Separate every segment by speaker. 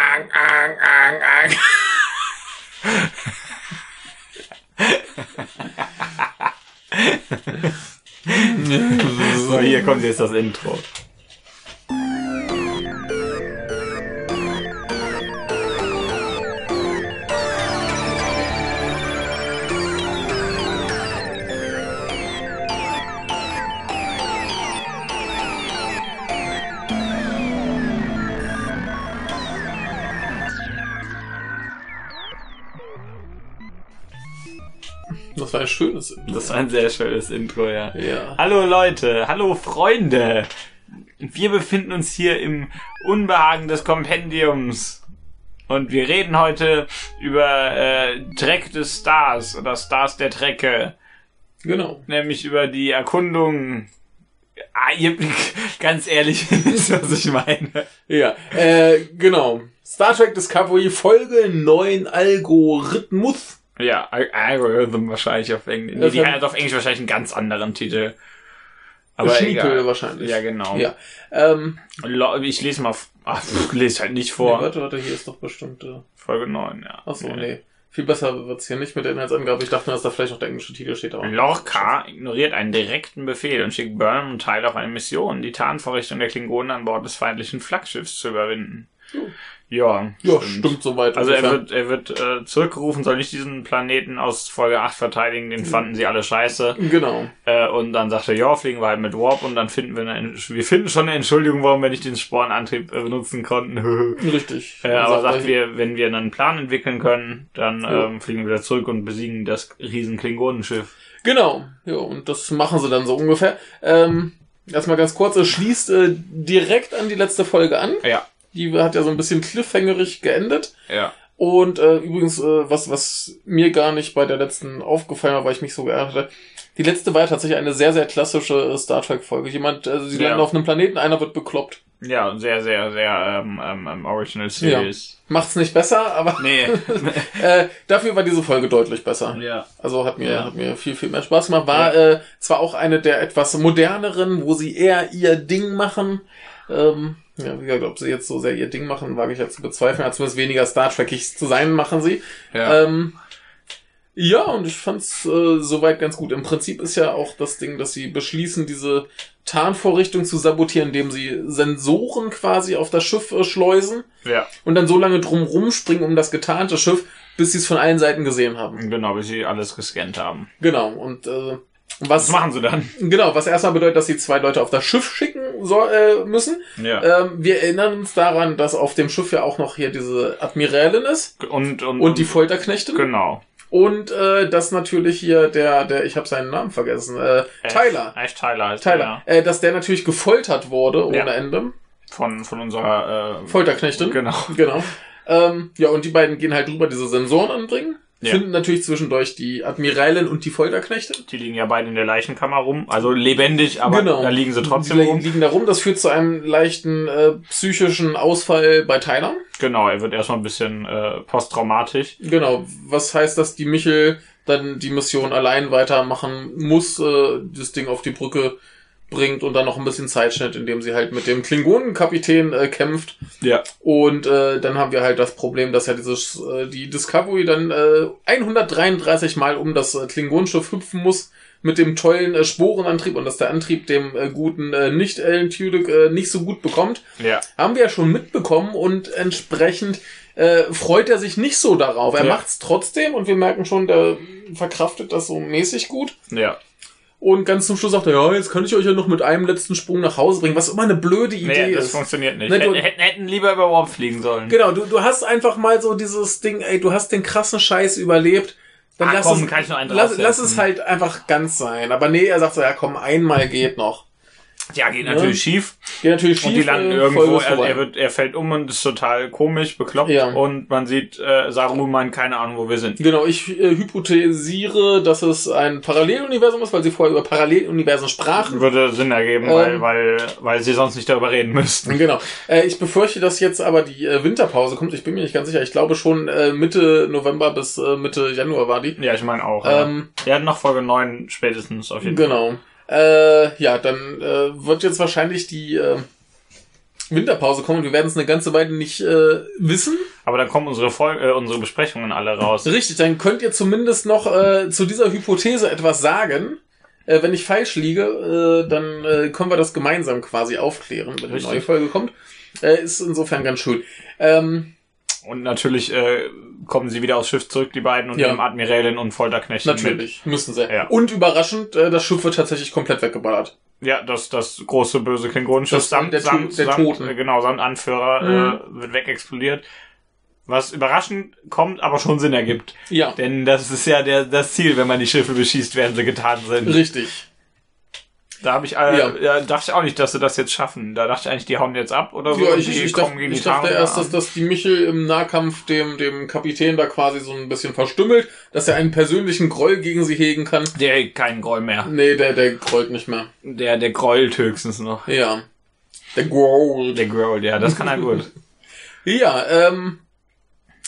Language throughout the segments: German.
Speaker 1: Ang, ang, ang, ang.
Speaker 2: So, hier kommt jetzt das Intro.
Speaker 1: Das war ein schönes Intro.
Speaker 2: Das war ein sehr schönes Intro, ja.
Speaker 1: Ja.
Speaker 2: Hallo Leute, hallo Freunde. Wir befinden uns hier im Unbehagen des Kompendiums. Und wir reden heute über äh, Dreck des Stars oder Stars der Drecke.
Speaker 1: Genau.
Speaker 2: Nämlich über die Erkundung. Ah, ihr, ganz ehrlich, ihr wisst, was ich meine.
Speaker 1: Ja, äh, genau. Star Trek Discovery Folge 9 Algorithmus.
Speaker 2: Ja, Al- Algorithm wahrscheinlich auf Englisch. Nee,
Speaker 1: Das
Speaker 2: die
Speaker 1: haben-
Speaker 2: hat auf Englisch wahrscheinlich einen ganz anderen Titel. Aber
Speaker 1: Schniepel
Speaker 2: egal.
Speaker 1: wahrscheinlich.
Speaker 2: Ja, genau.
Speaker 1: Ja. Ähm,
Speaker 2: Lo- Ich lese mal, f- ach, pff, lese halt nicht
Speaker 1: nee,
Speaker 2: vor.
Speaker 1: warte, warte, hier ist doch bestimmt. Äh,
Speaker 2: Folge 9, ja.
Speaker 1: achso,
Speaker 2: Ja.
Speaker 1: nee. Viel besser wird's hier nicht mit der Inhaltsangabe. Ich dachte mir, dass da vielleicht noch der englische Titel steht. Aber
Speaker 2: Lorca ignoriert einen direkten Befehl und schickt Burnham und Teil auf eine Mission, die Tarnvorrichtung der Klingonen an Bord des feindlichen Flaggschiffs zu überwinden. Ja,
Speaker 1: Oh. ja, stimmt soweit.
Speaker 2: Also er
Speaker 1: ungefähr.
Speaker 2: wird, er wird äh, zurückgerufen, soll nicht diesen Planeten aus Folge 8 verteidigen,
Speaker 1: Mhm.
Speaker 2: den fanden sie alle scheiße.
Speaker 1: Genau.
Speaker 2: Äh, und dann sagt er, ja, fliegen wir halt mit Warp und dann finden wir eine, Entsch- wir finden schon eine Entschuldigung, warum wir nicht den Spornantrieb äh, benutzen konnten.
Speaker 1: Richtig. Also,
Speaker 2: Äh, aber
Speaker 1: Sagt
Speaker 2: sagt
Speaker 1: er-
Speaker 2: wir, wenn wir einen Plan entwickeln können, dann
Speaker 1: Jo.
Speaker 2: ähm, fliegen wir wieder zurück und besiegen das riesen Klingonenschiff.
Speaker 1: Genau, ja, und das machen sie dann so ungefähr. Ähm, erstmal ganz kurz, es schließt äh, direkt an die letzte Folge an.
Speaker 2: Ja,
Speaker 1: Die hat ja so ein bisschen cliffhangerig geendet.
Speaker 2: ja.
Speaker 1: Und äh, übrigens, äh, was, was mir gar nicht bei der letzten aufgefallen war, weil ich mich so geärgert hatte, die letzte war ja tatsächlich eine sehr, sehr klassische äh, Star Trek-Folge. Jemand, also sie
Speaker 2: Ja.
Speaker 1: landen auf einem Planeten, einer wird bekloppt.
Speaker 2: Ja, sehr, sehr, sehr ähm, ähm, ähm, Original Series.
Speaker 1: Macht's nicht besser, aber
Speaker 2: Nee.
Speaker 1: äh, dafür war diese Folge deutlich besser.
Speaker 2: ja.
Speaker 1: Also hat mir,
Speaker 2: Ja.
Speaker 1: hat mir viel, viel mehr Spaß gemacht. War äh, zwar auch eine der etwas moderneren, wo sie eher ihr Ding machen. Ähm, ja, wie gesagt, ob sie jetzt so sehr ihr Ding machen, wage ich ja zu bezweifeln. Ja, Zumindest weniger Star Trekig zu sein, machen sie.
Speaker 2: Ja.
Speaker 1: Ähm, ja, und ich fand's äh, soweit ganz gut. Im Prinzip ist ja auch das Ding, dass sie beschließen, diese Tarnvorrichtung zu sabotieren, indem sie Sensoren quasi auf das Schiff äh, schleusen
Speaker 2: ja.
Speaker 1: und dann so lange drum rumspringen um das getarnte Schiff, bis sie es von allen Seiten gesehen haben.
Speaker 2: Genau, bis sie alles gescannt haben.
Speaker 1: Genau, und äh, was,
Speaker 2: Was machen sie dann?
Speaker 1: genau, was erstmal bedeutet, dass sie zwei Leute auf das Schiff schicken soll, äh, müssen.
Speaker 2: Ja.
Speaker 1: Ähm, wir erinnern uns daran, dass auf dem Schiff ja auch noch hier diese Admiralin ist
Speaker 2: Und, und,
Speaker 1: und die Folterknechtin.
Speaker 2: Genau.
Speaker 1: Und äh, dass natürlich hier der, der, ich habe seinen Namen vergessen, äh, Tyler.
Speaker 2: Ash, Ash Tyler heißt
Speaker 1: Tyler,
Speaker 2: Tyler.
Speaker 1: äh, dass der natürlich gefoltert wurde ohne
Speaker 2: Ja.
Speaker 1: Ende.
Speaker 2: Von, von unserer äh,
Speaker 1: Folterknechtin.
Speaker 2: Genau.
Speaker 1: Genau. Ähm, ja, und die beiden gehen halt drüber, diese Sensoren anbringen.
Speaker 2: Ja.
Speaker 1: Finden natürlich zwischendurch die Admiralin und die Folterknechtin.
Speaker 2: Die liegen ja beide in der Leichenkammer rum. Also lebendig, aber
Speaker 1: Genau.
Speaker 2: da liegen sie Also trotzdem
Speaker 1: Die li-
Speaker 2: rum.
Speaker 1: liegen da rum. Das führt zu einem leichten äh, psychischen Ausfall bei Tyler.
Speaker 2: Genau, er wird erstmal ein bisschen äh, posttraumatisch.
Speaker 1: Genau. Was heißt, dass die Michel dann die Mission allein weitermachen muss, äh, das Ding auf die Brücke bringt und dann noch ein bisschen Zeitschnitt, indem sie halt mit dem Klingonenkapitän äh, kämpft.
Speaker 2: Ja.
Speaker 1: Und äh, dann haben wir halt das Problem, dass ja dieses äh, die Discovery dann äh, 133 Mal um das äh, Klingonenschiff hüpfen muss mit dem tollen äh, Sporenantrieb und dass der Antrieb dem äh, guten äh, nicht Alan Tudyk äh, nicht so gut bekommt
Speaker 2: Ja.
Speaker 1: haben wir ja schon mitbekommen und entsprechend äh, freut er sich nicht so darauf. Er
Speaker 2: Ja.
Speaker 1: macht's trotzdem und wir merken schon, der verkraftet das so mäßig gut.
Speaker 2: Ja.
Speaker 1: Und ganz zum Schluss sagt er, ja, jetzt kann ich euch ja noch mit einem letzten Sprung nach Hause bringen, was immer eine blöde Idee
Speaker 2: Nee, das
Speaker 1: ist.
Speaker 2: funktioniert nicht.
Speaker 1: Nee, du-
Speaker 2: hätten, hätten, hätten lieber über Warp fliegen sollen.
Speaker 1: Genau, du, du hast einfach mal so dieses Ding, ey, du hast den krassen Scheiß überlebt. Dann
Speaker 2: Ah,
Speaker 1: lass,
Speaker 2: komm,
Speaker 1: es,
Speaker 2: kann ich noch einen
Speaker 1: lass,
Speaker 2: draufsetzen.
Speaker 1: lass es halt einfach ganz sein. Aber nee, er sagt so, ja komm, einmal geht noch.
Speaker 2: Ja, geht natürlich schief.
Speaker 1: Geht natürlich Ne? schief.
Speaker 2: und die landen
Speaker 1: äh,
Speaker 2: irgendwo.
Speaker 1: Folge ist
Speaker 2: Er,
Speaker 1: vorbei.
Speaker 2: er, wird, er fällt um und ist total komisch, bekloppt.
Speaker 1: Ja.
Speaker 2: Und man sieht äh, Saruman, keine Ahnung, wo wir sind.
Speaker 1: Genau, ich äh, hypothesiere, dass es ein Paralleluniversum ist, weil sie vorher über Paralleluniversen sprachen.
Speaker 2: Würde Sinn ergeben,
Speaker 1: Ähm.
Speaker 2: weil, weil, weil sie sonst nicht darüber reden müssten.
Speaker 1: Genau. Äh, ich befürchte, dass jetzt aber die äh, Winterpause kommt. Ich bin mir nicht ganz sicher. Ich glaube schon äh, Mitte November bis äh, Mitte Januar war die.
Speaker 2: Ja, ich meine auch. ja.
Speaker 1: Ähm,
Speaker 2: Wir hatten noch Folge 9 spätestens auf jeden Fall.
Speaker 1: genau. Äh, ja, dann äh, wird jetzt wahrscheinlich die äh, Winterpause kommen und wir werden es eine ganze Weile nicht äh, wissen.
Speaker 2: Aber dann kommen unsere, Fol äh, unsere Besprechungen alle raus.
Speaker 1: Richtig, dann könnt ihr zumindest noch äh, zu dieser Hypothese etwas sagen. Äh, wenn ich falsch liege, äh, dann äh, können wir das gemeinsam quasi aufklären, wenn
Speaker 2: Richtig.
Speaker 1: eine neue Folge kommt. Äh, ist insofern ganz schön. Ähm,
Speaker 2: Und natürlich äh, kommen sie wieder aufs Schiff zurück, die beiden, und
Speaker 1: Ja.
Speaker 2: nehmen Admirälin und Folterknecht
Speaker 1: natürlich, müssen sie.
Speaker 2: Ja.
Speaker 1: Und überraschend, äh, das Schiff wird tatsächlich komplett weggeballert.
Speaker 2: mit. Ja, das, das große böse Kängurenschiff
Speaker 1: Das- der To- der Toten. Mhm.
Speaker 2: äh, genau, samt Anführer äh, wird wegexplodiert. Was überraschend kommt, aber schon Sinn ergibt.
Speaker 1: Ja,
Speaker 2: Denn das ist ja der, das Ziel, wenn man die Schiffe beschießt, während sie getan sind.
Speaker 1: richtig.
Speaker 2: Da habe ich, äh,
Speaker 1: Ja.
Speaker 2: ja. dachte ich auch nicht, dass sie das jetzt schaffen. Da dachte ich eigentlich, die hauen jetzt ab oder so.
Speaker 1: Ja,
Speaker 2: und
Speaker 1: ich,
Speaker 2: die
Speaker 1: ich, ich,
Speaker 2: kommen
Speaker 1: dachte,
Speaker 2: gegen die
Speaker 1: ich dachte
Speaker 2: Tarnung
Speaker 1: erst,
Speaker 2: an.
Speaker 1: dass, dass die Michel im Nahkampf dem, dem Kapitän da quasi so ein bisschen verstümmelt, dass er einen persönlichen Groll gegen sie hegen kann.
Speaker 2: Der kein Groll mehr.
Speaker 1: Nee, der, der grollt nicht mehr.
Speaker 2: Der, der grollt höchstens noch.
Speaker 1: Ja. Der grollt.
Speaker 2: Der grollt, ja, das kann er gut.
Speaker 1: Ja, ähm,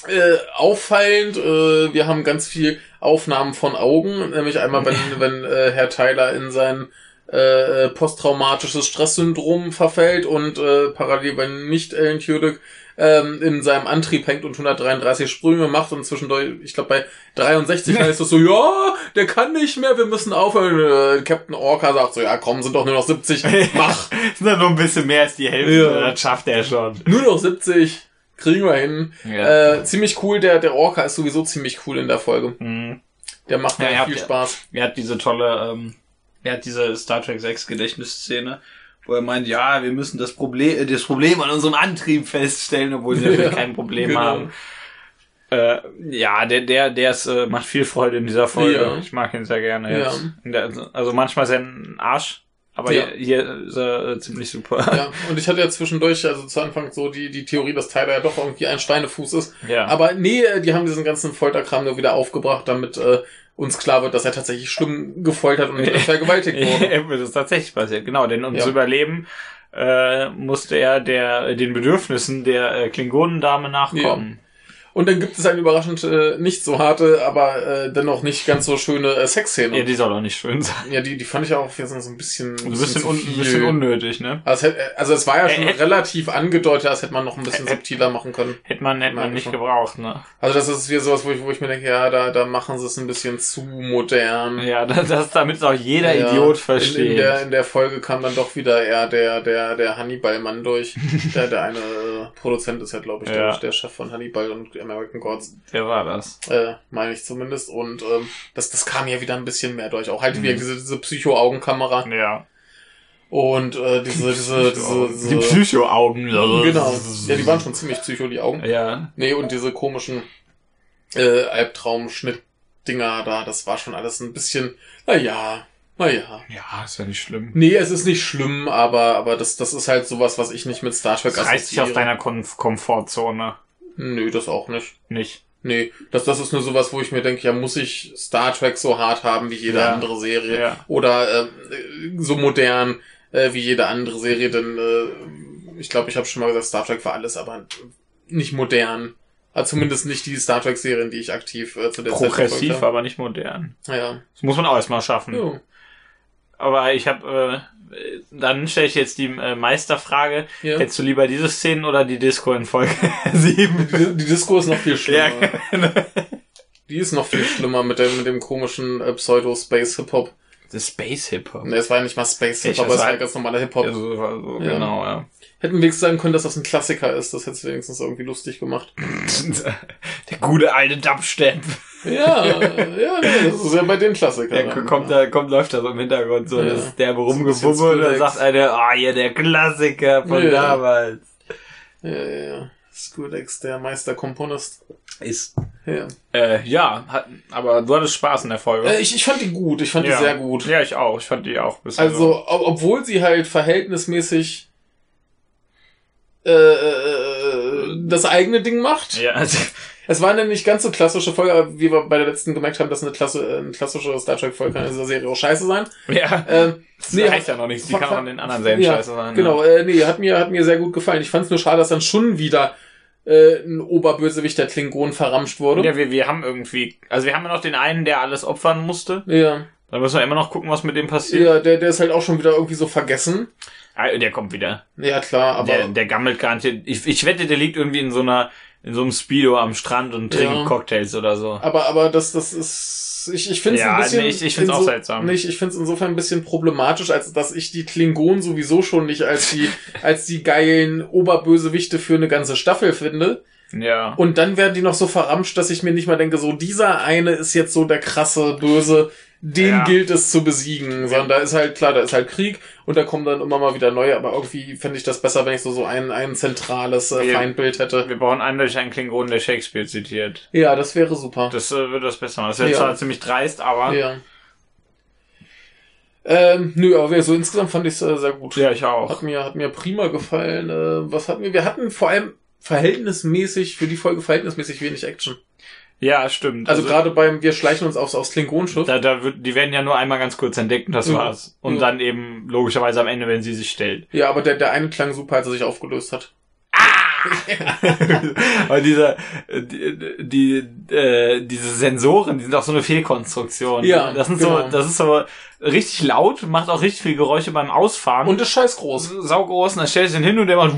Speaker 1: äh, auffallend, äh, wir haben ganz viel Aufnahmen von Augen, nämlich einmal, wenn, wenn äh, Herr Tyler in sein äh, äh, posttraumatisches Stresssyndrom verfällt und äh, parallel, wenn nicht Alan Tudyk ähm, in seinem Antrieb hängt und 133 Sprünge macht und zwischendurch, ich glaube bei 63 heißt es so, ja, der kann nicht mehr, wir müssen aufhören. Äh, Captain Orca sagt so, ja komm, sind doch nur noch 70, mach,
Speaker 2: Ist nur ein bisschen mehr als die Hälfte,
Speaker 1: Ja.
Speaker 2: das schafft er schon.
Speaker 1: nur noch 70, kriegen wir hin.
Speaker 2: Ja.
Speaker 1: Äh, ziemlich cool, der, der Orca ist sowieso ziemlich cool in der Folge.
Speaker 2: Mhm.
Speaker 1: Der macht
Speaker 2: Ja,
Speaker 1: mir
Speaker 2: ja,
Speaker 1: viel
Speaker 2: ja.
Speaker 1: Spaß.
Speaker 2: Er hat diese tolle, ähm, er hat diese Star Trek 6 Gedächtnisszene, wo er meint, ja, wir müssen das Problem, äh, das Problem an unserem Antrieb feststellen, obwohl sie natürlich
Speaker 1: Ja,
Speaker 2: kein Problem
Speaker 1: genau.
Speaker 2: haben. Äh, ja, der, der, der ist, äh, macht viel Freude in dieser Folge.
Speaker 1: Ja.
Speaker 2: Ich mag ihn sehr gerne
Speaker 1: Ja.
Speaker 2: jetzt. In Der, also manchmal ist er ein Arsch, aber
Speaker 1: Ja.
Speaker 2: hier, hier ist er äh, ziemlich super.
Speaker 1: Ja, und ich hatte ja zwischendurch, also zu Anfang so die, die Theorie, dass Tyler ja doch irgendwie ein Schweinefuß ist.
Speaker 2: Ja.
Speaker 1: Aber nee, äh, die haben diesen ganzen Folterkram nur wieder aufgebracht, damit äh, uns klar wird, dass er tatsächlich schlimm gefoltert und äh, vergewaltigt wurde.
Speaker 2: Eben, das ist tatsächlich passiert, genau. Denn um
Speaker 1: Ja.
Speaker 2: zu überleben, äh, musste er der, den Bedürfnissen der äh, Klingonendame nachkommen.
Speaker 1: Und dann gibt es eine überraschend äh, nicht so harte, aber äh, dennoch nicht ganz so schöne äh,
Speaker 2: Ja,
Speaker 1: Sexszene.
Speaker 2: die soll auch nicht schön sein.
Speaker 1: Ja, die, die fand ich auch jetzt noch so ein bisschen,
Speaker 2: Ein bisschen,
Speaker 1: zu
Speaker 2: un
Speaker 1: viel.
Speaker 2: ein bisschen unnötig, ne?
Speaker 1: Also, es hätte- also es war ja schon
Speaker 2: Äh, äh.
Speaker 1: relativ angedeutet, das hätte man noch ein bisschen
Speaker 2: Äh, äh.
Speaker 1: subtiler machen können.
Speaker 2: Hätte man, hätte man
Speaker 1: Nein,
Speaker 2: nicht
Speaker 1: schon.
Speaker 2: gebraucht, ne?
Speaker 1: Also das ist wieder sowas, wo ich, wo ich mir denke, ja, da, da machen sie es ein bisschen zu modern.
Speaker 2: Ja, das, das damit es auch jeder
Speaker 1: ja,
Speaker 2: Idiot
Speaker 1: In, in,
Speaker 2: versteht.
Speaker 1: der, in der Folge kam dann doch wieder eher der, der, der Hannibal-Mann durch. der, der eine äh, Produzent ist ja, glaube ich,
Speaker 2: Ja.
Speaker 1: der, der Chef von Hannibal und American Gods,
Speaker 2: Wer war das?
Speaker 1: äh, meine ich zumindest. Und ähm, das, das kam ja wieder ein bisschen mehr durch. Auch halt
Speaker 2: Mhm.
Speaker 1: wieder diese, diese Psycho-Augenkamera
Speaker 2: Ja. und
Speaker 1: und äh, diese, diese, diese,
Speaker 2: die
Speaker 1: diese
Speaker 2: Psycho-Augen.
Speaker 1: Genau. Ja, die waren schon ziemlich psycho, die Augen.
Speaker 2: Ja.
Speaker 1: Nee, und diese komischen äh, Albtraum-Schnitt-Dinger da, das war schon alles ein bisschen, naja, naja.
Speaker 2: Ja, ist ja nicht schlimm.
Speaker 1: Nee, es ist nicht schlimm, aber, aber das, das ist halt sowas, was ich nicht mit Star Trek
Speaker 2: Das reißt dich aus deiner Kom Komfortzone.
Speaker 1: Nö, das auch nicht.
Speaker 2: Nicht.
Speaker 1: Nee, das, das ist nur sowas, wo ich mir denke, ja, muss ich Star Trek so hart haben wie jede
Speaker 2: Ja.
Speaker 1: andere Serie?
Speaker 2: Ja.
Speaker 1: Oder äh, so modern äh, wie jede andere Serie, denn äh, ich glaube, ich habe schon mal gesagt, Star Trek war alles, aber nicht modern. Also zumindest nicht die Star Trek-Serien, die ich aktiv äh, zu der Zeit
Speaker 2: Progressiv, Hm.
Speaker 1: verfolgt
Speaker 2: aber nicht modern.
Speaker 1: habe.
Speaker 2: Das muss man auch erstmal schaffen.
Speaker 1: Ja. Jo.
Speaker 2: Aber ich habe, äh, dann stelle ich jetzt die äh, Meisterfrage.
Speaker 1: ja.
Speaker 2: Hättest du lieber diese Szenen oder die Disco in Folge 7?
Speaker 1: Die, die Disco ist noch viel
Speaker 2: Ja, genau.
Speaker 1: schlimmer. Die ist noch viel schlimmer mit dem, mit dem komischen äh, Pseudo-Space-Hip-Hop.
Speaker 2: das Space Hip-Hop.
Speaker 1: Ne, es war ja nicht mal Space-Hip-Hop,
Speaker 2: Ich
Speaker 1: aber es war
Speaker 2: sag-
Speaker 1: ja ganz normaler Hip-Hop.
Speaker 2: Also, so,
Speaker 1: Ja.
Speaker 2: Genau, ja.
Speaker 1: Hätten wenigstens sagen können, dass das ein Klassiker ist. Das hättest du wenigstens irgendwie lustig gemacht.
Speaker 2: Der gute alte Dubstep.
Speaker 1: Ja, ja, nee, das ist ja bei den Klassikern. ne?
Speaker 2: Der kommt, da, kommt, läuft da so im Hintergrund, so
Speaker 1: Ja.
Speaker 2: das derbe
Speaker 1: bisschen
Speaker 2: rumgewummel und dann
Speaker 1: Skrillex.
Speaker 2: sagt einer, ah, ja, der Klassiker von
Speaker 1: Ja.
Speaker 2: damals.
Speaker 1: Ja, ja, ja. Skrillex, der Meisterkomponist.
Speaker 2: Ist,
Speaker 1: Ja.
Speaker 2: äh, ja, hat, aber du hattest Spaß in der Folge.
Speaker 1: Äh, ich, ich fand die gut, ich fand die sehr gut.
Speaker 2: Ja, ich auch. Ich fand die auch bis
Speaker 1: Also, ob, obwohl sie halt verhältnismäßig äh, äh, das eigene Ding macht.
Speaker 2: Ja, also,
Speaker 1: Es war eine nicht ganz so klassische Folge, aber wie wir bei der letzten gemerkt haben, dass eine, Klasse, äh, eine klassische Star Trek-Folge kann in dieser Serie auch scheiße sein.
Speaker 2: ja.
Speaker 1: Ähm,
Speaker 2: Das
Speaker 1: Nee,
Speaker 2: reicht
Speaker 1: hat-
Speaker 2: ja noch nichts. Die
Speaker 1: fuck,
Speaker 2: kann auch
Speaker 1: fuck.
Speaker 2: in den anderen Serien
Speaker 1: Ja,
Speaker 2: scheiße sein.
Speaker 1: Genau, äh, nee, hat mir, hat mir sehr gut gefallen. Ich fand es nur schade, dass dann schon wieder äh, ein Oberbösewicht der Klingonen verramscht
Speaker 2: Ja,
Speaker 1: wurde.
Speaker 2: ja wir, wir haben irgendwie, also wir haben ja noch den einen, der alles opfern musste.
Speaker 1: Ja.
Speaker 2: Da müssen wir immer noch gucken, was mit dem passiert.
Speaker 1: Ja, der, der ist halt auch schon wieder irgendwie so vergessen.
Speaker 2: Ah, Der kommt wieder.
Speaker 1: Ja, klar, aber.
Speaker 2: der, der gammelt garantiert. Ich, ich wette, der liegt irgendwie in so einer, in so einem Speedo am Strand und trinkt
Speaker 1: Ja.
Speaker 2: Cocktails oder so.
Speaker 1: Aber, aber das, das ist. Ich, ich finde es
Speaker 2: Ja,
Speaker 1: ein bisschen.
Speaker 2: nee, ich- ich find's auch
Speaker 1: inso-
Speaker 2: seltsam.
Speaker 1: Nicht, ich finde es insofern ein bisschen problematisch, als dass ich die Klingonen sowieso schon nicht als die, als die geilen Oberbösewichte für eine ganze Staffel finde.
Speaker 2: Ja.
Speaker 1: Und dann werden die noch so verramscht, dass ich mir nicht mal denke, so dieser eine ist jetzt so der krasse Böse, den
Speaker 2: Ja.
Speaker 1: gilt es zu besiegen. Sondern da ist halt, klar, da ist halt Krieg und da kommen dann immer mal wieder neue, aber irgendwie fände ich das besser, wenn ich so, so ein, ein zentrales äh,
Speaker 2: Ja.
Speaker 1: Feindbild hätte.
Speaker 2: Wir brauchen eindeutig einen Klingonen, der Shakespeare zitiert.
Speaker 1: Ja, das wäre super.
Speaker 2: Das äh, würde das besser machen. Das wäre
Speaker 1: Ja.
Speaker 2: zwar ziemlich dreist, aber. Ja,
Speaker 1: Ja. Ähm, nö, aber so insgesamt fand ich es äh, sehr gut.
Speaker 2: ich auch.
Speaker 1: Hat mir, hat mir prima gefallen. Äh, was hatten wir? Wir hatten vor allem verhältnismäßig, für die Folge verhältnismäßig wenig Action.
Speaker 2: Ja, stimmt.
Speaker 1: Also, gerade beim Wir schleichen uns aufs, aufs Klingonenschiff.
Speaker 2: Da, da wird, die werden ja nur einmal ganz kurz entdeckt und das
Speaker 1: Ja.
Speaker 2: war's. Und
Speaker 1: Ja.
Speaker 2: dann eben logischerweise am Ende, wenn sie sich stellt.
Speaker 1: Ja, aber der, der eine klang super, als er sich aufgelöst hat.
Speaker 2: Weil dieser, äh, die, die, äh, diese Sensoren, die sind auch so eine Fehlkonstruktion.
Speaker 1: Ja,
Speaker 2: Das sind
Speaker 1: genau.
Speaker 2: so, das ist so richtig laut, macht auch richtig viel Geräusche beim Ausfahren.
Speaker 1: Und ist scheiß groß.
Speaker 2: saugroß, und dann stellst du ihn hin und der macht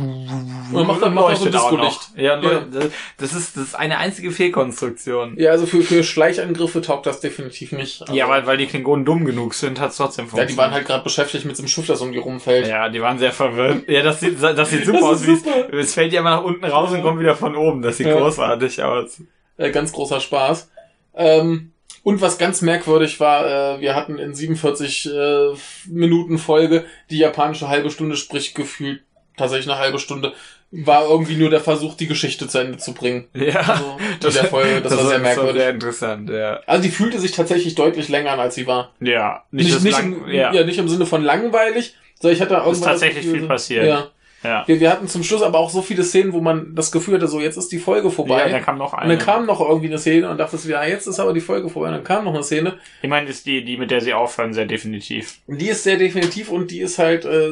Speaker 2: und
Speaker 1: macht dann- macht auch so ein Disco-Licht.
Speaker 2: Ja, und
Speaker 1: Ja.
Speaker 2: leuchtet. Das, das ist, das ist eine einzige Fehlkonstruktion.
Speaker 1: Ja, also für, für Schleichangriffe taugt das definitiv nicht. Also,
Speaker 2: Ja, weil, weil die Klingonen dumm genug sind, hat's trotzdem
Speaker 1: ja, die waren
Speaker 2: funktioniert.
Speaker 1: halt gerade beschäftigt mit so einem Schiff, das um die rumfällt.
Speaker 2: Ja, die waren sehr verwirrt. Ja, das sieht, das sieht super
Speaker 1: Das
Speaker 2: aus.
Speaker 1: ist
Speaker 2: Wie es,
Speaker 1: super.
Speaker 2: es fällt ja immer nach unten raus und kommt wieder von oben. Das sieht
Speaker 1: Ja.
Speaker 2: großartig aus.
Speaker 1: Äh, ganz großer Spaß. Ähm, und was ganz merkwürdig war, äh, wir hatten in 47 äh, Minuten Folge die japanische halbe Stunde, sprich gefühlt tatsächlich eine halbe Stunde, war irgendwie nur der Versuch, die Geschichte zu Ende zu bringen.
Speaker 2: Ja.
Speaker 1: Also, das, der Folge, das, war sehr merkwürdig.
Speaker 2: sehr interessant, ja.
Speaker 1: also die fühlte sich tatsächlich deutlich länger an, als sie war.
Speaker 2: Ja, nicht,
Speaker 1: Nicht,
Speaker 2: das
Speaker 1: nicht,
Speaker 2: lang,
Speaker 1: im,
Speaker 2: ja.
Speaker 1: ja. nicht im Sinne von langweilig, sondern ich hatte irgendwann... das
Speaker 2: tatsächlich
Speaker 1: Gefühl,
Speaker 2: viel passiert.
Speaker 1: Ja.
Speaker 2: Ja.
Speaker 1: Wir, wir hatten zum Schluss aber auch so viele Szenen, wo man das Gefühl hatte, so jetzt ist die Folge vorbei.
Speaker 2: ja, da kam noch
Speaker 1: Und
Speaker 2: eine.
Speaker 1: dann kam noch irgendwie eine Szene und dachte wieder, ah, jetzt ist aber die Folge vorbei. Und dann kam noch eine Szene.
Speaker 2: ich meine, das ist die, die, mit der sie aufhören, sehr definitiv.
Speaker 1: Und die ist sehr definitiv und die ist halt, äh,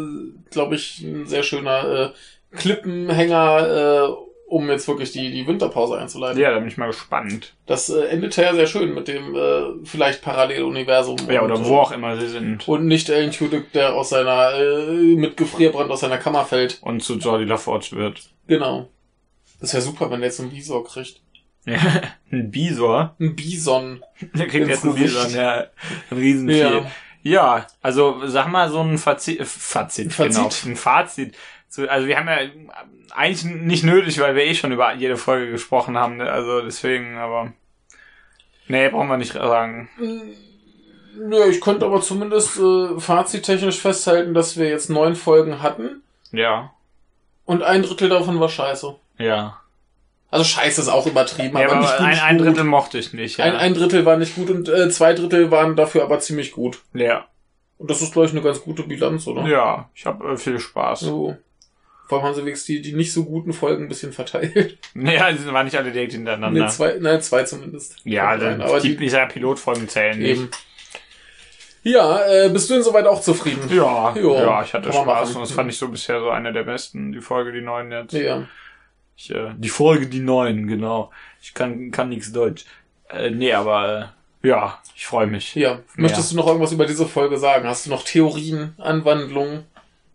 Speaker 1: glaube ich, ein sehr schöner äh, Klippenhänger, äh, um jetzt wirklich die, die Winterpause einzuleiten.
Speaker 2: Ja, da bin ich mal gespannt.
Speaker 1: Das äh, endet ja sehr schön mit dem äh, vielleicht Paralleluniversum.
Speaker 2: Ja,
Speaker 1: und,
Speaker 2: oder wo auch immer sie sind.
Speaker 1: Und nicht Alan Tudyk, der aus seiner, äh, mit Gefrierbrand aus seiner Kammer fällt.
Speaker 2: und zu Jordi LaForge wird.
Speaker 1: Genau. Das wäre super, wenn der jetzt einen Bison kriegt.
Speaker 2: ein Bisor.
Speaker 1: Ein Bison.
Speaker 2: Der kriegt
Speaker 1: Ins
Speaker 2: jetzt einen
Speaker 1: Gesicht.
Speaker 2: Bison, ja. Ein Riesenvieh. Ja.
Speaker 1: Ja.
Speaker 2: also sag mal so ein Fazit, Fazit,
Speaker 1: Fazit.
Speaker 2: genau. Ein Fazit. Zu- Also wir haben ja eigentlich nicht nötig, weil wir eh schon über jede Folge gesprochen haben. ne? Also deswegen, aber... Nee, brauchen wir nicht sagen.
Speaker 1: Nö, ich könnte aber zumindest äh, fazittechnisch festhalten, dass wir jetzt neun Folgen hatten
Speaker 2: Ja,
Speaker 1: und ein Drittel davon war scheiße.
Speaker 2: ja.
Speaker 1: Also scheiße ist auch übertrieben,
Speaker 2: ja
Speaker 1: aber,
Speaker 2: aber
Speaker 1: nicht gut.
Speaker 2: ein,
Speaker 1: nicht
Speaker 2: ein
Speaker 1: gut.
Speaker 2: Drittel mochte ich nicht. Ja.
Speaker 1: Ein, ein Drittel war nicht gut und äh, zwei Drittel waren dafür aber ziemlich gut.
Speaker 2: ja.
Speaker 1: Und das ist, glaube ich, eine ganz gute Bilanz, oder?
Speaker 2: ja, ich habe äh, viel Spaß.
Speaker 1: So. Vor allem haben sie wenigstens die, die nicht so guten Folgen ein bisschen verteilt.
Speaker 2: Ja, die waren nicht alle direkt
Speaker 1: Nee,
Speaker 2: hintereinander.
Speaker 1: zwei, nein, zwei zumindest.
Speaker 2: ne? ja, also,
Speaker 1: Nein,
Speaker 2: dann,
Speaker 1: aber
Speaker 2: die,
Speaker 1: die,
Speaker 2: ich sag, Pilotfolgen zählen nicht.
Speaker 1: eben. Ja, äh, bist du insoweit auch zufrieden?
Speaker 2: Ja,
Speaker 1: Jo,
Speaker 2: ja, ich hatte
Speaker 1: kann man
Speaker 2: Spaß
Speaker 1: machen.
Speaker 2: und das fand ich so bisher so eine der besten, die Folge die neuen jetzt.
Speaker 1: Ja.
Speaker 2: Ich, äh, die Folge die neuen, genau. Ich kann kann nichts Deutsch. Äh, nee, aber äh, ja, ich freue mich.
Speaker 1: Ja. Möchtest du noch irgendwas über diese Folge sagen? Hast du noch Theorien, Anwandlungen?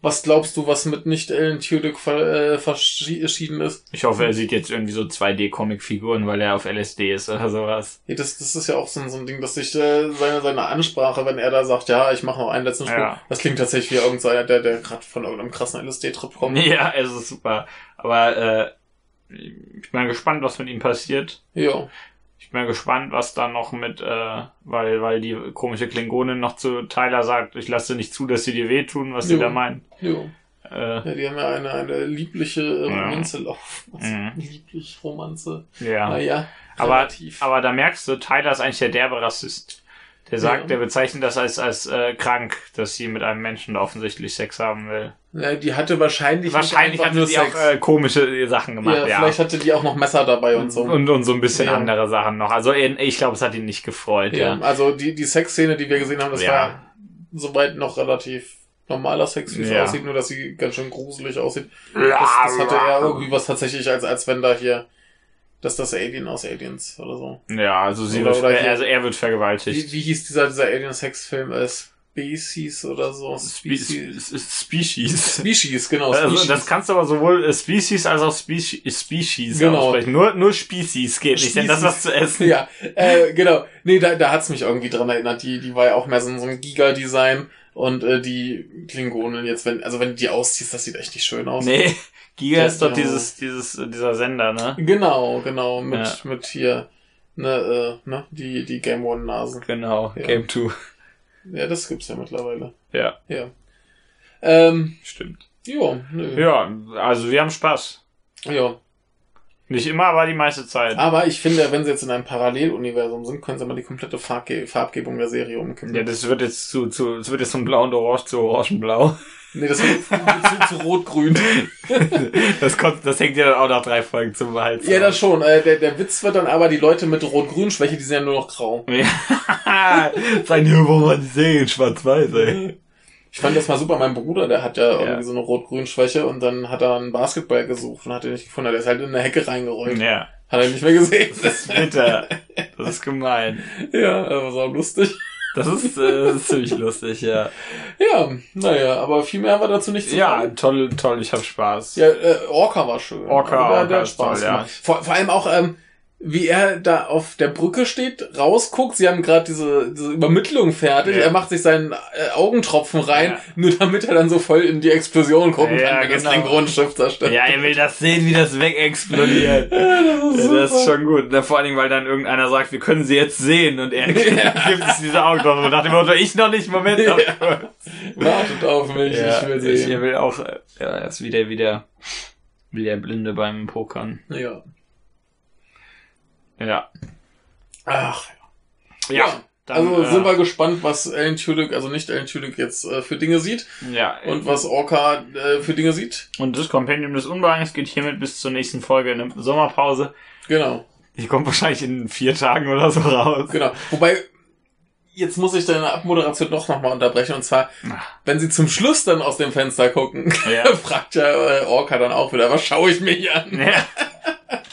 Speaker 1: Was glaubst du, was mit nicht Alan Tudyk ver äh, verschieden ist?
Speaker 2: Ich hoffe, er sieht jetzt irgendwie so 2D Comic Figuren, weil er auf LSD ist oder sowas.
Speaker 1: Ja, das, das ist ja auch so ein, so ein Ding, dass sich äh, seine, seine Ansprache, wenn er da sagt, ja, ich mache noch einen letzten Sprung,
Speaker 2: Ja.
Speaker 1: das klingt tatsächlich wie irgend so einer, der, der gerade von irgendeinem krassen LSD-Trip kommt.
Speaker 2: Ja, es ist super, aber äh, ich bin mal gespannt, was mit ihm passiert.
Speaker 1: Ja.
Speaker 2: Ich bin mal gespannt, was dann noch mit, äh, weil, weil die komische Klingonin noch zu Tyler sagt, ich lasse nicht zu, dass sie dir wehtun, was sie
Speaker 1: Jo.
Speaker 2: da meinen.
Speaker 1: Jo.
Speaker 2: Äh,
Speaker 1: Ja, die haben ja eine, eine liebliche äh,
Speaker 2: Ja.
Speaker 1: Romanze laufen. Also,
Speaker 2: Mhm.
Speaker 1: Lieblich Romanze.
Speaker 2: ja.
Speaker 1: Naja,
Speaker 2: Aber,
Speaker 1: relativ.
Speaker 2: aber da merkst du, Tyler ist eigentlich der derbe Rassist. Der sagt,
Speaker 1: Ja.
Speaker 2: der bezeichnet das als, als äh, krank, dass sie mit einem Menschen da offensichtlich Sex haben will.
Speaker 1: ja, die hatte wahrscheinlich, nicht
Speaker 2: Wahrscheinlich
Speaker 1: einfach
Speaker 2: hat sie auch äh, komische Sachen
Speaker 1: ja,
Speaker 2: gemacht, ja.
Speaker 1: vielleicht hatte die auch noch Messer dabei und so.
Speaker 2: und, und so ein bisschen
Speaker 1: Ja.
Speaker 2: andere Sachen noch. Also eh, ich glaube, es hat ihn nicht gefreut,
Speaker 1: ja.
Speaker 2: ja.
Speaker 1: Also die, die Sexszene, die wir gesehen haben, das
Speaker 2: Ja.
Speaker 1: war soweit noch relativ normaler Sex, wie es
Speaker 2: Ja.
Speaker 1: aussieht, nur dass sie ganz schön gruselig aussieht.
Speaker 2: Ja.
Speaker 1: Das, das hatte eher irgendwie was tatsächlich, als, als wenn da hier dass das Alien aus Aliens oder so.
Speaker 2: Ja, also sie
Speaker 1: Oder-
Speaker 2: wird,
Speaker 1: oder hier-
Speaker 2: also er wird
Speaker 1: Wie,
Speaker 2: vergewaltigt.
Speaker 1: wie hieß dieser, dieser Alien-Sex-Film? Äh, Species oder so?
Speaker 2: Spe Spe-
Speaker 1: Species.
Speaker 2: Species.
Speaker 1: Species, genau.
Speaker 2: Also,
Speaker 1: Species.
Speaker 2: das kannst du aber sowohl äh, Species als auch Speci Species
Speaker 1: Genau.
Speaker 2: aussprechen. Nur, nur Species geht nicht, denn das was zu essen.
Speaker 1: ja, äh, genau. Nee, da, da hat's mich irgendwie dran erinnert. Die, die war ja auch mehr so, so ein Giga-Design. Und äh, die Klingonen jetzt, wenn, also wenn du die ausziehst, das sieht echt nicht schön aus.
Speaker 2: Nee, Giga
Speaker 1: Ja,
Speaker 2: ist doch
Speaker 1: ja.
Speaker 2: dieses, dieses, äh, dieser Sender, ne?
Speaker 1: Genau, genau, mit,
Speaker 2: Ja.
Speaker 1: mit hier, ne, äh, ne, die, die Game One-Nasen.
Speaker 2: Genau,
Speaker 1: Ja.
Speaker 2: Game 2.
Speaker 1: Ja, das gibt's ja mittlerweile.
Speaker 2: Ja,
Speaker 1: Ja. Ähm,
Speaker 2: stimmt.
Speaker 1: jo, nö.
Speaker 2: Ja, also wir haben Spaß.
Speaker 1: jo.
Speaker 2: Nicht immer, aber die meiste Zeit.
Speaker 1: Aber ich finde, wenn sie jetzt in einem Paralleluniversum sind, können sie mal die komplette Farbge Farbgebung der Serie umkippen.
Speaker 2: Ja, das wird jetzt zu, zu, es wird jetzt von blau und orange zu orangenblau.
Speaker 1: Nee, das wird zu, zu rot-grün.
Speaker 2: Das kommt, das hängt ja dann auch nach drei Folgen zum Hals.
Speaker 1: Ja, das schon. Äh, der, der Witz wird dann aber die Leute mit Rot-Grün-Schwäche, die sind ja nur noch grau.
Speaker 2: Ja. Sein hier, wo man die sehen, schwarz-weiß, ey.
Speaker 1: Ich fand das mal super. Mein Bruder, der hat ja,
Speaker 2: Ja.
Speaker 1: irgendwie so eine Rot-Grün-Schwäche und dann hat er einen Basketball gesucht und hat den nicht gefunden. Der ist halt in eine Hecke reingerollt.
Speaker 2: Ja,
Speaker 1: Hat er nicht mehr gesehen.
Speaker 2: das ist bitter. Das ist gemein.
Speaker 1: ja, äh, war so lustig.
Speaker 2: Das ist, äh, das ist ziemlich lustig, ja.
Speaker 1: Ja, naja, aber viel mehr war dazu nicht zu
Speaker 2: Ja,
Speaker 1: sagen.
Speaker 2: toll, toll, ich hab Spaß.
Speaker 1: Ja, äh, Orca war schön.
Speaker 2: Orca,
Speaker 1: Also der,
Speaker 2: Orca
Speaker 1: der hat
Speaker 2: ist
Speaker 1: Spaß
Speaker 2: toll, ja.
Speaker 1: gemacht. Vor, vor allem auch, ähm, wie er da auf der Brücke steht, rausguckt, sie haben gerade diese, diese Übermittlung fertig,
Speaker 2: Ja.
Speaker 1: er macht sich seinen äh, Augentropfen rein,
Speaker 2: Ja.
Speaker 1: nur damit er dann so voll in die Explosion gucken
Speaker 2: Ja,
Speaker 1: kann, wenn das
Speaker 2: genau.
Speaker 1: den Grundschiff zerstört.
Speaker 2: Ja, er will das sehen, wie das wegexplodiert.
Speaker 1: das
Speaker 2: Ja, das ist
Speaker 1: super.
Speaker 2: schon gut. Na, vor allen Dingen, weil dann irgendeiner sagt, wir können sie jetzt sehen und er gibt es diese Augen drauf und nach dem Motto, ich noch nicht, Moment.
Speaker 1: Ja.
Speaker 2: aber-
Speaker 1: Wartet auf mich,
Speaker 2: Ja, also
Speaker 1: ich will
Speaker 2: ich, er
Speaker 1: sehen.
Speaker 2: will auch, äh, ja, er ist wieder, wieder, wie der Blinde beim Pokern.
Speaker 1: ja.
Speaker 2: Ja.
Speaker 1: Ach,
Speaker 2: Ja. dann,
Speaker 1: also
Speaker 2: äh,
Speaker 1: sind wir gespannt, was Alan Tudyk, also nicht Alan Tudyk jetzt äh, für Dinge sieht
Speaker 2: ja.
Speaker 1: und
Speaker 2: Und,
Speaker 1: was Orca äh, für Dinge sieht.
Speaker 2: und das Kompendium des Unbehagens geht hiermit bis zur nächsten Folge in der Sommerpause.
Speaker 1: Genau.
Speaker 2: Die kommt wahrscheinlich in vier Tagen oder so raus.
Speaker 1: Genau. Wobei, jetzt muss ich deine Abmoderation doch nochmal unterbrechen. Und zwar, wenn sie zum Schluss dann aus dem Fenster gucken,
Speaker 2: Ja.
Speaker 1: fragt ja äh, Orca dann auch wieder, was schaue ich mir hier an?
Speaker 2: Ja.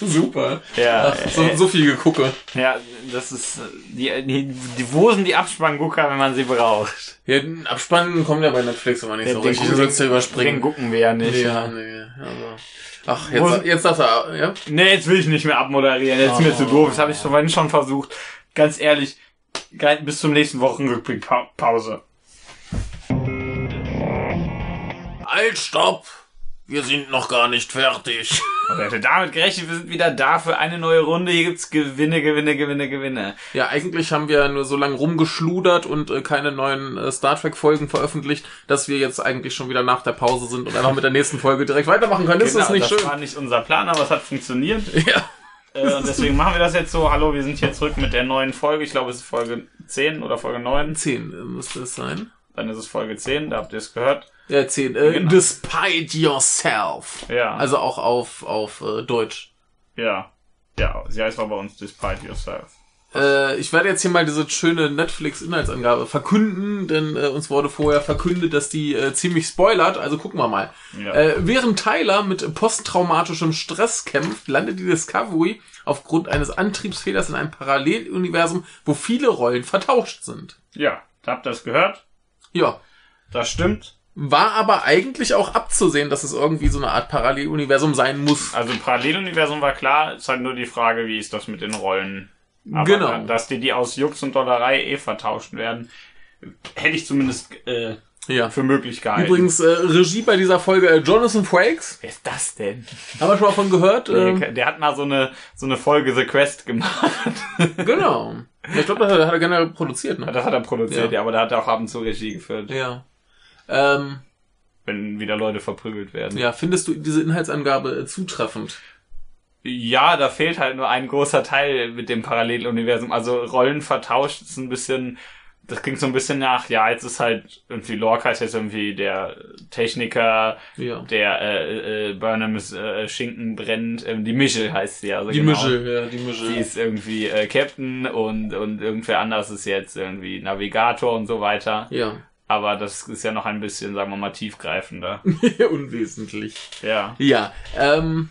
Speaker 1: Super.
Speaker 2: Ja. äh,
Speaker 1: Ach, so, so viel gegucke.
Speaker 2: Ja, das ist, äh, die, die, die, wo sind die Abspanngucker, wenn man sie braucht?
Speaker 1: Ja, den Abspann kommt ja bei Netflix immer nicht
Speaker 2: Ja,
Speaker 1: so
Speaker 2: den
Speaker 1: richtig.
Speaker 2: gucken-
Speaker 1: Du sollst ja
Speaker 2: Den
Speaker 1: überspringen.
Speaker 2: gucken wir ja nicht.
Speaker 1: Ja, nee, also. Ach,
Speaker 2: Wo-
Speaker 1: jetzt, jetzt darf er, ja?
Speaker 2: Nee, jetzt will ich nicht mehr abmoderieren. Jetzt ist mir zu doof. Das habe ich vorhin schon versucht. Ganz ehrlich, ge- bis zum nächsten Wochenrückblick pa Pause.
Speaker 1: Halt, stopp! Wir sind noch gar nicht fertig.
Speaker 2: Und Leute, damit gerechnet, wir sind wieder da für eine neue Runde. Hier gibt's Gewinne, Gewinne, Gewinne, Gewinne.
Speaker 1: Ja, eigentlich haben wir nur so lange rumgeschludert und äh, keine neuen äh, Star Trek Folgen veröffentlicht, dass wir jetzt eigentlich schon wieder nach der Pause sind und einfach mit der nächsten Folge direkt weitermachen können. ist das nicht
Speaker 2: Genau, das
Speaker 1: schön?
Speaker 2: war nicht unser Plan, aber es hat funktioniert.
Speaker 1: Ja.
Speaker 2: Äh, und deswegen machen wir das jetzt so. Hallo, wir sind hier zurück mit der neuen Folge. Ich glaube, es ist Folge 10 oder Folge 9.
Speaker 1: 10 äh, müsste es sein.
Speaker 2: Dann ist es Folge 10, da habt ihr es gehört.
Speaker 1: Ja, 10. Äh,
Speaker 2: Genau.
Speaker 1: Despite yourself.
Speaker 2: Ja.
Speaker 1: Also auch auf, auf äh, Deutsch.
Speaker 2: ja. Ja, sie heißt aber bei uns Despite Yourself.
Speaker 1: Äh, ich werde jetzt hier mal diese schöne Netflix-Inhaltsangabe verkünden, denn äh, uns wurde vorher verkündet, dass die äh, ziemlich spoilert, also gucken wir mal.
Speaker 2: Ja.
Speaker 1: Äh, während Tyler mit posttraumatischem Stress kämpft, landet die Discovery aufgrund eines Antriebsfehlers in einem Paralleluniversum, wo viele Rollen vertauscht sind.
Speaker 2: Ja, habt ihr es gehört?
Speaker 1: Ja.
Speaker 2: Das stimmt.
Speaker 1: War aber eigentlich auch abzusehen, dass es irgendwie so eine Art Paralleluniversum sein muss.
Speaker 2: Also Paralleluniversum war klar, ist halt nur die Frage, wie ist das mit den Rollen? Aber
Speaker 1: Genau.
Speaker 2: Dass die die aus Jux und Dollerei eh vertauscht werden, hätte ich zumindest äh,
Speaker 1: Ja.
Speaker 2: für möglich gehalten.
Speaker 1: Übrigens, äh, Regie bei dieser Folge äh, Jonathan Frakes.
Speaker 2: Wer ist das denn?
Speaker 1: Haben wir schon mal von gehört? Ähm,
Speaker 2: Der, der hat mal so eine, so eine Folge The Quest gemacht.
Speaker 1: Genau. Ja, Ich glaube, das hat er- hat er generell produziert, ne?
Speaker 2: Das hat er produziert,
Speaker 1: Ja.
Speaker 2: ja, aber da hat er auch ab und zu Regie geführt,
Speaker 1: Ja. Ähm,
Speaker 2: wenn wieder Leute verprügelt werden.
Speaker 1: ja, findest du diese Inhaltsangabe äh, zutreffend?
Speaker 2: Ja, da fehlt halt nur ein großer Teil mit dem Paralleluniversum. Also Rollen vertauscht ist ein bisschen, das klingt so ein bisschen nach, ja, jetzt ist halt irgendwie Lorca ist jetzt irgendwie der Techniker,
Speaker 1: Ja.
Speaker 2: der äh, äh, Burnham ist äh, Schinken brennt, ähm, die Michel heißt sie. Also
Speaker 1: Die
Speaker 2: genau.
Speaker 1: Mischel, ja, die
Speaker 2: Die
Speaker 1: Mischel.
Speaker 2: ist irgendwie äh, Captain und, und irgendwer anders ist jetzt irgendwie Navigator und so weiter.
Speaker 1: Ja.
Speaker 2: Aber das ist ja noch ein bisschen, sagen wir mal, tiefgreifender.
Speaker 1: Unwesentlich.
Speaker 2: Ja.
Speaker 1: Ja, ähm,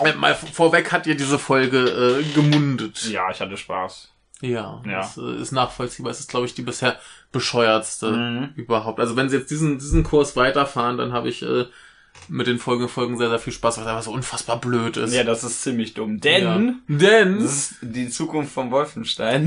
Speaker 1: Äh, Mal v- vorweg hat ihr diese Folge äh, gemundet.
Speaker 2: Ja, ich hatte Spaß.
Speaker 1: Ja,
Speaker 2: Ja.
Speaker 1: das äh, ist nachvollziehbar. Es ist, glaube ich, die bisher bescheuertste
Speaker 2: Mhm.
Speaker 1: überhaupt. Also wenn sie jetzt diesen, diesen Kurs weiterfahren, dann habe ich äh, mit den folgenden Folgen sehr, sehr viel Spaß, weil es einfach so unfassbar blöd ist.
Speaker 2: Ja, das ist ziemlich dumm. Denn
Speaker 1: Ja. Denn,
Speaker 2: das ist die Zukunft von Wolfenstein.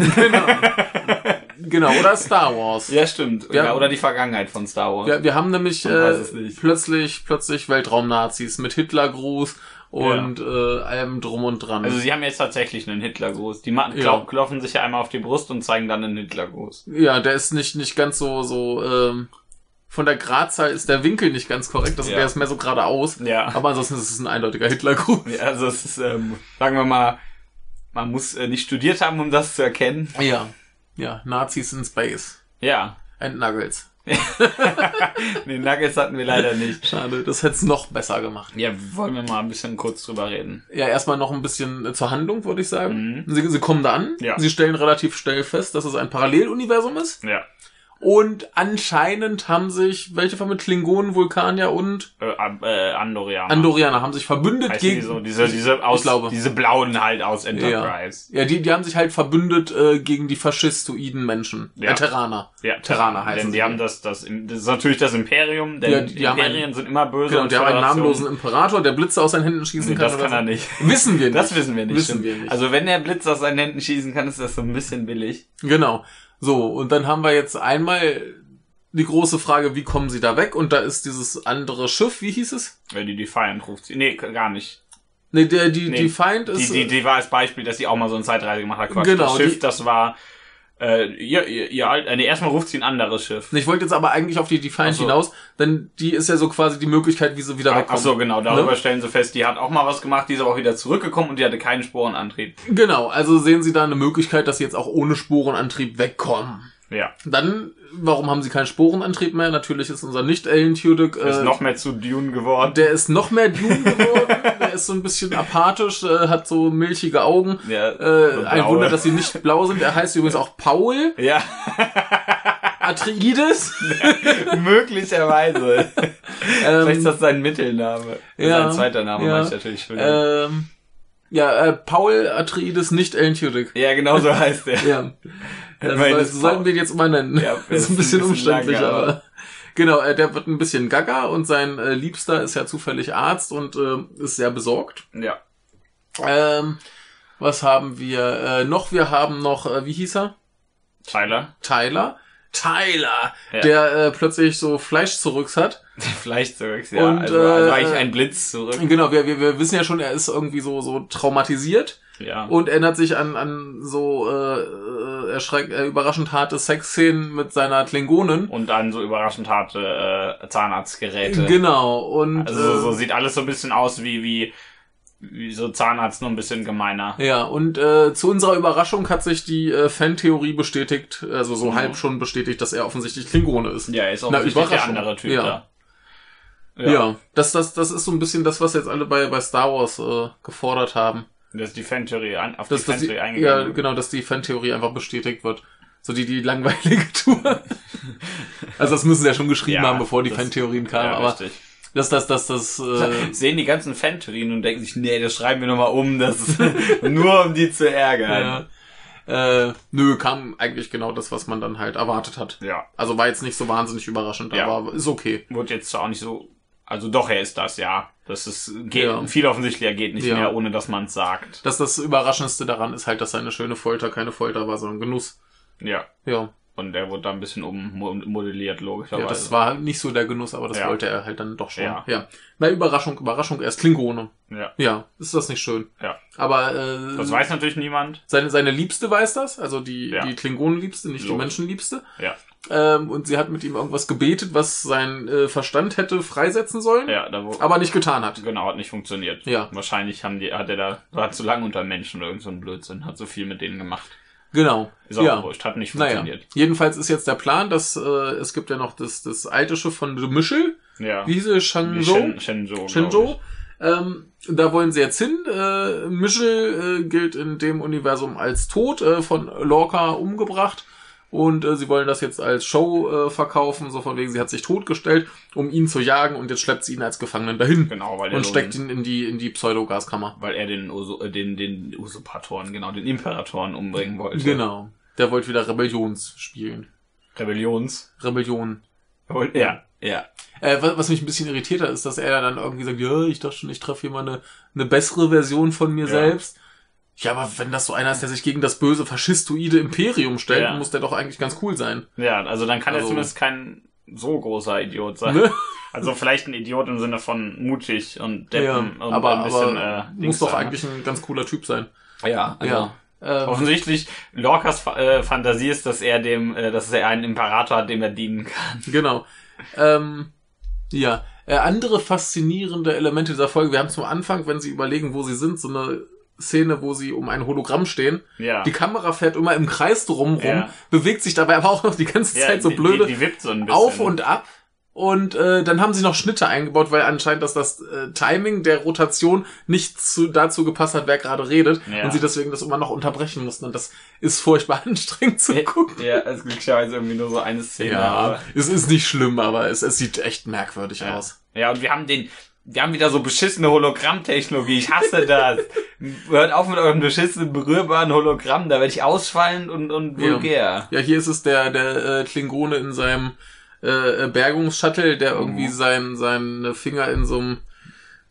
Speaker 1: genau, oder Star Wars.
Speaker 2: ja, stimmt.
Speaker 1: Ja.
Speaker 2: Ja, oder die Vergangenheit von Star Wars.
Speaker 1: Wir, wir haben nämlich
Speaker 2: weiß
Speaker 1: äh,
Speaker 2: es nicht.
Speaker 1: plötzlich, plötzlich Weltraumnazis mit Hitlergruß und äh, allem drum und dran.
Speaker 2: Also sie haben jetzt tatsächlich einen Hitlergruß. Die ma-
Speaker 1: Ja.
Speaker 2: klau- klopfen sich ja einmal auf die Brust und zeigen dann einen Hitlergruß.
Speaker 1: ja, der ist nicht, nicht ganz so, so ähm, von der Gradzahl ist der Winkel nicht ganz korrekt, also
Speaker 2: Ja.
Speaker 1: der ist mehr so geradeaus.
Speaker 2: Ja.
Speaker 1: Aber ansonsten ist es ein eindeutiger Hitlergruß.
Speaker 2: Ja, Also es ist, ähm, sagen wir mal, man muss äh, nicht studiert haben, um das zu erkennen.
Speaker 1: Ja. Ja, Nazis in Space.
Speaker 2: Ja.
Speaker 1: And Nuggets.
Speaker 2: Den Nuggets hatten wir leider nicht.
Speaker 1: Schade, das hätte es noch besser gemacht.
Speaker 2: Ja, wollen wir mal ein bisschen kurz drüber reden.
Speaker 1: Ja, erstmal noch ein bisschen äh, zur Handlung, würde ich
Speaker 2: Mhm.
Speaker 1: sagen. Sie, sie kommen da an,
Speaker 2: Ja.
Speaker 1: sie stellen relativ schnell fest, dass es ein Paralleluniversum ist.
Speaker 2: Ja.
Speaker 1: Und anscheinend haben sich welche von mit Klingonen, Vulkanier und
Speaker 2: Äh, ab- äh, Andorianer.
Speaker 1: Andorianer haben sich verbündet
Speaker 2: Heißen
Speaker 1: gegen.
Speaker 2: die so, diese, diese, aus,
Speaker 1: ich glaube.
Speaker 2: diese blauen halt aus Enterprise.
Speaker 1: ja, die, die haben sich halt verbündet äh, gegen die faschistoiden Menschen.
Speaker 2: Ja.
Speaker 1: Äh, Terraner.
Speaker 2: Ja,
Speaker 1: Terraner heißen
Speaker 2: Denn
Speaker 1: sie.
Speaker 2: die haben das, das, das ist natürlich das Imperium, denn
Speaker 1: Ja, die- die haben
Speaker 2: Imperien
Speaker 1: einen-
Speaker 2: sind immer böse
Speaker 1: Genau, und die haben einen
Speaker 2: Föderation-
Speaker 1: namenlosen Imperator, der Blitze aus seinen Händen schießen
Speaker 2: Nee,
Speaker 1: kann.
Speaker 2: das
Speaker 1: oder
Speaker 2: kann er
Speaker 1: so.
Speaker 2: nicht.
Speaker 1: Wissen wir nicht.
Speaker 2: Das wissen wir nicht.
Speaker 1: Wissen
Speaker 2: stimmt.
Speaker 1: wir nicht.
Speaker 2: Also wenn der Blitz aus seinen Händen schießen kann, ist das so ein bisschen billig.
Speaker 1: Genau. So, und dann haben wir jetzt einmal die große Frage, wie kommen sie da weg? Und da ist dieses andere Schiff, wie hieß es?
Speaker 2: Weil die Defiant ruft sie. Nee, gar nicht.
Speaker 1: Nee, der, die,
Speaker 2: Nee,
Speaker 1: die Feind
Speaker 2: Die,
Speaker 1: ist.
Speaker 2: die, die war als Beispiel, dass sie auch mal so eine Zeitreise gemacht hat. Quatsch.
Speaker 1: Genau,
Speaker 2: Das Schiff,
Speaker 1: die-
Speaker 2: das war... Äh, ihr, ihr, ihr, alt- äh, nee, erstmal ruft sie ein anderes Schiff.
Speaker 1: ich wollte jetzt aber eigentlich auf die Defiant
Speaker 2: Ach so.
Speaker 1: hinaus, denn die ist ja so quasi die Möglichkeit, wie sie wieder
Speaker 2: Ach
Speaker 1: wegkommen.
Speaker 2: so, genau. Darüber
Speaker 1: Ne?
Speaker 2: stellen sie fest, die hat auch mal was gemacht, die ist aber auch wieder zurückgekommen und die hatte keinen Sporenantrieb.
Speaker 1: Genau, also sehen sie da eine Möglichkeit, dass sie jetzt auch ohne Sporenantrieb wegkommen.
Speaker 2: Ja.
Speaker 1: Dann, warum haben sie keinen Sporenantrieb mehr? Natürlich ist unser nicht Alan Tudyk
Speaker 2: Ist
Speaker 1: äh,
Speaker 2: noch mehr zu Dune geworden.
Speaker 1: der ist noch mehr Dune geworden, der ist so ein bisschen apathisch, äh, hat so milchige Augen.
Speaker 2: Ja,
Speaker 1: Äh, ein
Speaker 2: blaue.
Speaker 1: Wunder, dass sie nicht blau sind. Er heißt übrigens auch Paul
Speaker 2: Ja,
Speaker 1: Atreides.
Speaker 2: möglicherweise. Vielleicht ist
Speaker 1: Ähm,
Speaker 2: das sein Mittelname.
Speaker 1: Ja.
Speaker 2: Sein zweiter Name
Speaker 1: Ja.
Speaker 2: ja. ich natürlich schön.
Speaker 1: ähm, ja, äh, Paul Atreides, nicht Alan Tudyk.
Speaker 2: ja, genau so heißt er.
Speaker 1: Ja. Das
Speaker 2: meine,
Speaker 1: soll,
Speaker 2: das
Speaker 1: so sollten wir ihn jetzt mal nennen.
Speaker 2: Ja,
Speaker 1: das ist ein bisschen umständlich,
Speaker 2: lange,
Speaker 1: aber.
Speaker 2: aber-
Speaker 1: Genau, äh, der wird ein bisschen gaga und sein äh, Liebster ist ja zufällig Arzt und äh, ist sehr besorgt.
Speaker 2: Ja.
Speaker 1: Ähm, was haben wir äh, noch? Wir haben noch, äh, wie hieß er?
Speaker 2: Tyler.
Speaker 1: Tyler. Tyler,
Speaker 2: Ja.
Speaker 1: der äh, plötzlich so Fleisch zurück hat.
Speaker 2: Vielleicht zurück, ja.
Speaker 1: Und,
Speaker 2: also
Speaker 1: äh,
Speaker 2: war ich ein Blitz zurück.
Speaker 1: Genau, wir, wir, wir wissen ja schon, er ist irgendwie so, so traumatisiert
Speaker 2: Ja.
Speaker 1: und erinnert sich an, an so äh, äh, erschreck, äh, überraschend harte Sexszenen mit seiner Klingonin.
Speaker 2: Und dann so überraschend harte äh, Zahnarztgeräte.
Speaker 1: Genau, und
Speaker 2: Also so, so
Speaker 1: äh,
Speaker 2: sieht alles so ein bisschen aus wie, wie, wie so Zahnarzt, nur ein bisschen gemeiner.
Speaker 1: ja, und äh, zu unserer Überraschung hat sich die äh, Fantheorie bestätigt, also so
Speaker 2: Mhm.
Speaker 1: halb schon bestätigt, dass er offensichtlich Klingone ist.
Speaker 2: Ja, ist auch
Speaker 1: Na,
Speaker 2: der
Speaker 1: Überraschung.
Speaker 2: andere Typ
Speaker 1: Ja.
Speaker 2: da.
Speaker 1: Ja, Das, das, das ist so ein bisschen das, was jetzt alle bei, bei Star Wars äh, gefordert haben.
Speaker 2: Das ist die Fantheorie, an- auf
Speaker 1: dass,
Speaker 2: die
Speaker 1: dass die,
Speaker 2: Fantheorie
Speaker 1: ja,
Speaker 2: eingegangen.
Speaker 1: genau, dass die Fantheorie einfach bestätigt wird. So die, die langweilige Tour. also das müssen sie ja schon geschrieben
Speaker 2: Ja,
Speaker 1: haben, bevor die
Speaker 2: das-
Speaker 1: Fantheorien kamen,
Speaker 2: ja,
Speaker 1: genau, aber
Speaker 2: richtig.
Speaker 1: dass das, das, das, äh,
Speaker 2: sehen die ganzen Fantheorien und denken sich, nee, das schreiben wir nochmal um, das ist nur um die zu ärgern.
Speaker 1: äh, nö, kam eigentlich genau das, was man dann halt erwartet hat.
Speaker 2: Ja.
Speaker 1: Also war jetzt nicht so wahnsinnig überraschend,
Speaker 2: Ja.
Speaker 1: aber ist okay.
Speaker 2: Wurde jetzt zwar auch nicht so. Also doch, er ist das, ja. Das ist geht,
Speaker 1: Ja.
Speaker 2: viel offensichtlicher geht nicht
Speaker 1: Ja.
Speaker 2: mehr, ohne dass man es sagt.
Speaker 1: Das, das Überraschendste daran ist halt, dass seine schöne Folter keine Folter war, sondern Genuss.
Speaker 2: Ja.
Speaker 1: Ja,
Speaker 2: Und er wurde da ein bisschen ummodelliert, logischerweise.
Speaker 1: ja das war halt nicht so der Genuss, aber das
Speaker 2: Ja.
Speaker 1: wollte er halt dann doch schon. Ja.
Speaker 2: Ja.
Speaker 1: ja. Na, Überraschung, Überraschung, er ist Klingone.
Speaker 2: ja.
Speaker 1: Ja, ist das nicht schön?
Speaker 2: Ja.
Speaker 1: Aber äh,
Speaker 2: Das weiß natürlich niemand.
Speaker 1: Seine, seine Liebste weiß das, also die,
Speaker 2: Ja.
Speaker 1: die Klingonenliebste, nicht die
Speaker 2: Logisch.
Speaker 1: Menschenliebste.
Speaker 2: Ja.
Speaker 1: Ähm, und sie hat mit ihm irgendwas gebetet, was sein äh, Verstand hätte freisetzen sollen,
Speaker 2: Ja, da wo,
Speaker 1: aber nicht getan hat.
Speaker 2: genau, hat nicht funktioniert.
Speaker 1: Ja.
Speaker 2: Wahrscheinlich haben die, hat er da, war zu lang unter Menschen oder irgend so ein Blödsinn, hat so viel mit denen gemacht.
Speaker 1: Genau.
Speaker 2: Ist auch
Speaker 1: ja.
Speaker 2: wurscht, hat nicht
Speaker 1: Naja.
Speaker 2: funktioniert.
Speaker 1: Jedenfalls ist jetzt der Plan, dass äh, es gibt ja noch das, das alte Schiff von The Michel,
Speaker 2: Ja.
Speaker 1: wie hieß er?
Speaker 2: Wie
Speaker 1: Shangzhou?
Speaker 2: Shin, Shinzo. glaub
Speaker 1: Shenzhou. Ähm, da wollen sie jetzt hin. Äh, Michel äh, gilt in dem Universum als tot, äh, von Lorca umgebracht. und äh, sie wollen das jetzt als Show äh, verkaufen, so von wegen, sie hat sich totgestellt, um ihn zu jagen und jetzt schleppt sie ihn als Gefangenen dahin
Speaker 2: Genau, weil er,
Speaker 1: und
Speaker 2: so
Speaker 1: steckt
Speaker 2: den,
Speaker 1: ihn in die, in die Pseudogaskammer.
Speaker 2: weil er den, Usu, äh, den, den Usurpatoren, genau, den Imperatoren umbringen wollte.
Speaker 1: Genau. Der wollte wieder Rebellions spielen.
Speaker 2: Rebellions.
Speaker 1: Rebellion.
Speaker 2: Ja, ja.
Speaker 1: Äh, wa- was mich ein bisschen irritiert hat, ist, dass er dann irgendwie sagt, ja, ich dachte schon, ich treffe hier mal eine, eine bessere Version von mir
Speaker 2: Ja.
Speaker 1: selbst. Ja, aber wenn das so einer ist, der sich gegen das böse faschistoide Imperium stellt,
Speaker 2: Ja.
Speaker 1: muss der doch eigentlich ganz cool sein.
Speaker 2: Ja, also dann kann er
Speaker 1: Also-
Speaker 2: zumindest kein so großer Idiot sein.
Speaker 1: Ne?
Speaker 2: Also vielleicht ein Idiot im Sinne von mutig und deppen und
Speaker 1: aber,
Speaker 2: um ein bisschen
Speaker 1: aber
Speaker 2: äh,
Speaker 1: muss
Speaker 2: Dings
Speaker 1: doch
Speaker 2: sein.
Speaker 1: eigentlich ein ganz cooler Typ sein.
Speaker 2: Ja, also
Speaker 1: Ja. Ähm,
Speaker 2: Offensichtlich, Lorcas Fa- äh, Fantasie ist, dass er dem, äh, dass er einen Imperator hat, dem er dienen kann.
Speaker 1: genau. Ähm, ja. Äh, andere faszinierende Elemente dieser Folge. Wir haben zum Anfang, wenn sie überlegen, wo sie sind, so eine Szene, wo sie um ein Hologramm stehen.
Speaker 2: Ja.
Speaker 1: Die Kamera fährt immer im Kreis drumrum,
Speaker 2: Ja.
Speaker 1: bewegt sich dabei aber auch noch die ganze
Speaker 2: ja,
Speaker 1: Zeit halt so
Speaker 2: die-
Speaker 1: blöde
Speaker 2: Die, die wippt so ein bisschen. ne?
Speaker 1: auf und ab. Und äh, dann haben sie noch Schnitte eingebaut, weil anscheinend, dass das äh, Timing der Rotation nicht zu, dazu gepasst hat, wer gerade redet.
Speaker 2: Ja.
Speaker 1: Und sie deswegen das immer noch unterbrechen mussten. Und das ist furchtbar anstrengend zu gucken.
Speaker 2: Ja, es ist glücklicherweise irgendwie nur so eine Szene.
Speaker 1: Ja,
Speaker 2: Äh, aber-
Speaker 1: es ist nicht schlimm, aber es, es sieht echt merkwürdig
Speaker 2: Ja.
Speaker 1: aus.
Speaker 2: ja, und wir haben den, wir haben wieder so beschissene Hologrammtechnologie. Ich hasse das. Hört auf mit euren beschissenen berührbaren Hologrammen, da werde ich ausfallend und, und
Speaker 1: Ja.
Speaker 2: vulgär.
Speaker 1: Ja, hier ist es der, der äh, Klingone in seinem äh, äh, Bergungsshuttle, der irgendwie
Speaker 2: Mhm.
Speaker 1: sein, seine Finger in so einem,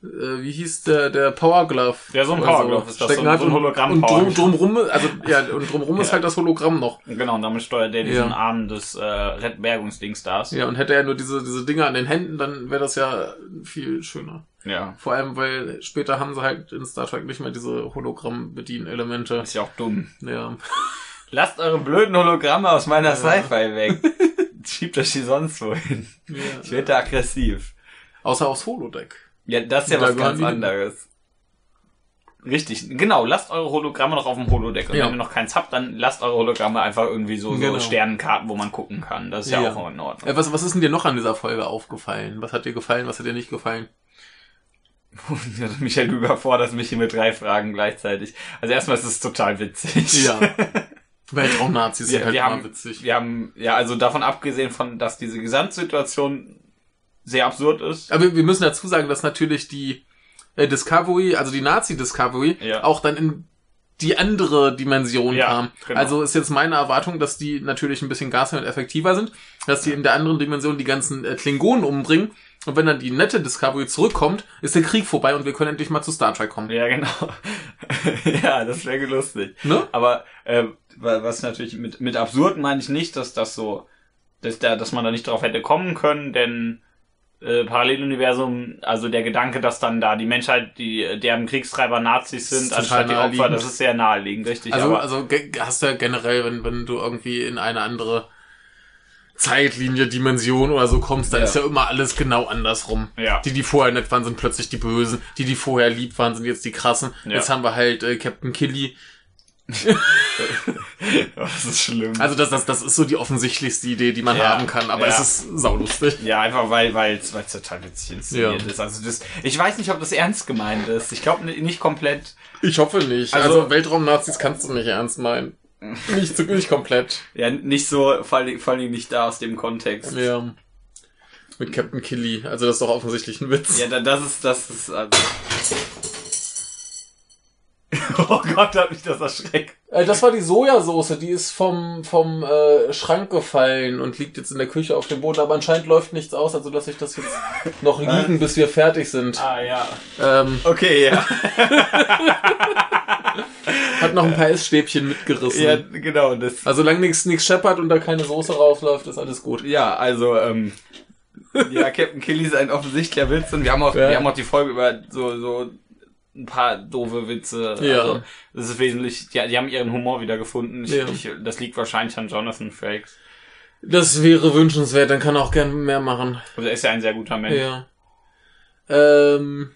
Speaker 1: äh, wie hieß der, der Power Glove.
Speaker 2: Ja, so ein
Speaker 1: oder
Speaker 2: Power Glove ist das,
Speaker 1: stecken
Speaker 2: so ein-
Speaker 1: hat
Speaker 2: so ein
Speaker 1: und-
Speaker 2: Hologramm
Speaker 1: Und
Speaker 2: Power
Speaker 1: drum, drumrum, also, ja, und drumrum ist
Speaker 2: Ja.
Speaker 1: halt das Hologramm noch.
Speaker 2: Genau, und damit steuert der diesen
Speaker 1: Ja.
Speaker 2: Arm des äh, Red Bergungsdings das.
Speaker 1: Ja, und hätte er nur diese, diese Dinger an den Händen, dann wäre das ja viel schöner.
Speaker 2: ja.
Speaker 1: Vor allem, weil später haben sie halt in Star Trek nicht mehr diese Hologramm-Bedienelemente.
Speaker 2: Ist ja auch dumm.
Speaker 1: Ja.
Speaker 2: Lasst eure blöden Hologramme aus meiner
Speaker 1: Ja.
Speaker 2: Sci-Fi weg. Schiebt euch die sonst wo hin. Ich
Speaker 1: ja.
Speaker 2: werde da aggressiv.
Speaker 1: Außer aufs Holodeck.
Speaker 2: Ja, das ist ja
Speaker 1: Da
Speaker 2: was
Speaker 1: gehören
Speaker 2: ganz
Speaker 1: die hin.
Speaker 2: anderes. Richtig, genau, lasst eure Hologramme noch auf dem Holodeck. Und
Speaker 1: Ja.
Speaker 2: wenn ihr noch keins habt, dann lasst eure Hologramme einfach irgendwie so, so
Speaker 1: Genau.
Speaker 2: Sternenkarten, wo man gucken kann. Das ist ja,
Speaker 1: Ja.
Speaker 2: auch in Ordnung.
Speaker 1: Äh, was, was ist denn dir noch an dieser Folge aufgefallen? Was hat dir gefallen, was hat dir nicht gefallen?
Speaker 2: Mir hat Michael überfordert mich hier mit drei Fragen gleichzeitig. Also erstmal ist es total witzig.
Speaker 1: Weil auch Nazis sind
Speaker 2: Wir,
Speaker 1: halt
Speaker 2: wir,
Speaker 1: immer
Speaker 2: haben,
Speaker 1: witzig.
Speaker 2: wir haben, ja, also davon abgesehen von, dass diese Gesamtsituation sehr absurd ist.
Speaker 1: Aber wir müssen dazu sagen, dass natürlich die äh, Discovery, also die Nazi-Discovery,
Speaker 2: Ja.
Speaker 1: auch dann in die andere Dimension
Speaker 2: Ja,
Speaker 1: kam.
Speaker 2: genau.
Speaker 1: Also ist jetzt meine Erwartung, dass die natürlich ein bisschen gaser und effektiver sind, dass die in der anderen Dimension die ganzen äh, Klingonen umbringen. Und wenn dann die nette Discovery zurückkommt, ist der Krieg vorbei und wir können endlich mal zu Star Trek kommen.
Speaker 2: Ja, genau. ja, das wäre lustig.
Speaker 1: Ne?
Speaker 2: Aber äh, wa- was natürlich mit, mit absurd meine ich nicht, dass das so, dass da, dass man da nicht drauf hätte kommen können, denn äh, Paralleluniversum, also der Gedanke, dass dann da die Menschheit, die deren Kriegstreiber Nazis
Speaker 1: Ist
Speaker 2: sind,
Speaker 1: total
Speaker 2: anstatt die Opfer,
Speaker 1: naheliegend.
Speaker 2: das ist sehr naheliegend, richtig.
Speaker 1: Also,
Speaker 2: aber,
Speaker 1: also ge- hast du ja generell, wenn, wenn du irgendwie in eine andere Zeitlinie, Dimension oder so kommst, dann
Speaker 2: Ja.
Speaker 1: ist ja immer alles genau andersrum.
Speaker 2: Ja.
Speaker 1: Die, die vorher nett waren, sind plötzlich die Bösen. Die, die vorher lieb waren, sind jetzt die Krassen.
Speaker 2: Ja.
Speaker 1: Jetzt haben wir halt äh, Captain Killy.
Speaker 2: das ist schlimm.
Speaker 1: Also das, das, das ist so die offensichtlichste Idee, die man
Speaker 2: Ja.
Speaker 1: haben kann. Aber
Speaker 2: Ja.
Speaker 1: es ist saulustig.
Speaker 2: ja, einfach weil weil es total witzig inszeniert
Speaker 1: Ja.
Speaker 2: ist. Also das, ich weiß nicht, ob das ernst gemeint ist. Ich glaube nicht komplett.
Speaker 1: Ich hoffe nicht.
Speaker 2: Also-
Speaker 1: Also, Weltraum-Nazis kannst du nicht ernst meinen. Nicht, so- nicht komplett.
Speaker 2: Ja, nicht so, vor allen Dingen- vor allen Dingen nicht da aus dem Kontext.
Speaker 1: Ja. Mit Captain Killy. Also das ist doch offensichtlich ein Witz.
Speaker 2: Ja, da, das ist, das ist. Also oh Gott, hat mich das erschreckt.
Speaker 1: Äh, Das war die Sojasauce, die ist vom, vom äh, Schrank gefallen und liegt jetzt in der Küche auf dem Boden, aber anscheinend läuft nichts aus, also lasse ich das jetzt noch liegen, bis wir fertig sind.
Speaker 2: Ah ja.
Speaker 1: Ähm,
Speaker 2: Okay, ja.
Speaker 1: hat noch ein paar Essstäbchen mitgerissen.
Speaker 2: Äh. ja, genau. Das,
Speaker 1: Also solange nichts nix scheppert und da keine Soße raufläuft, ist alles gut.
Speaker 2: ja, also, ähm. Ja, Captain Killy ist ein offensichtlicher Witz und wir haben auch,
Speaker 1: Ja.
Speaker 2: wir haben auch die Folge über so, so ein paar doofe Witze.
Speaker 1: Ja.
Speaker 2: Also, das ist wesentlich, die, die haben ihren Humor wieder gefunden. Ich,
Speaker 1: Ja.
Speaker 2: ich, das liegt wahrscheinlich an Jonathan Frakes.
Speaker 1: Das wäre wünschenswert, dann kann er auch gerne mehr machen.
Speaker 2: Also er ist ja ein sehr guter Mensch.
Speaker 1: Ja. Ähm,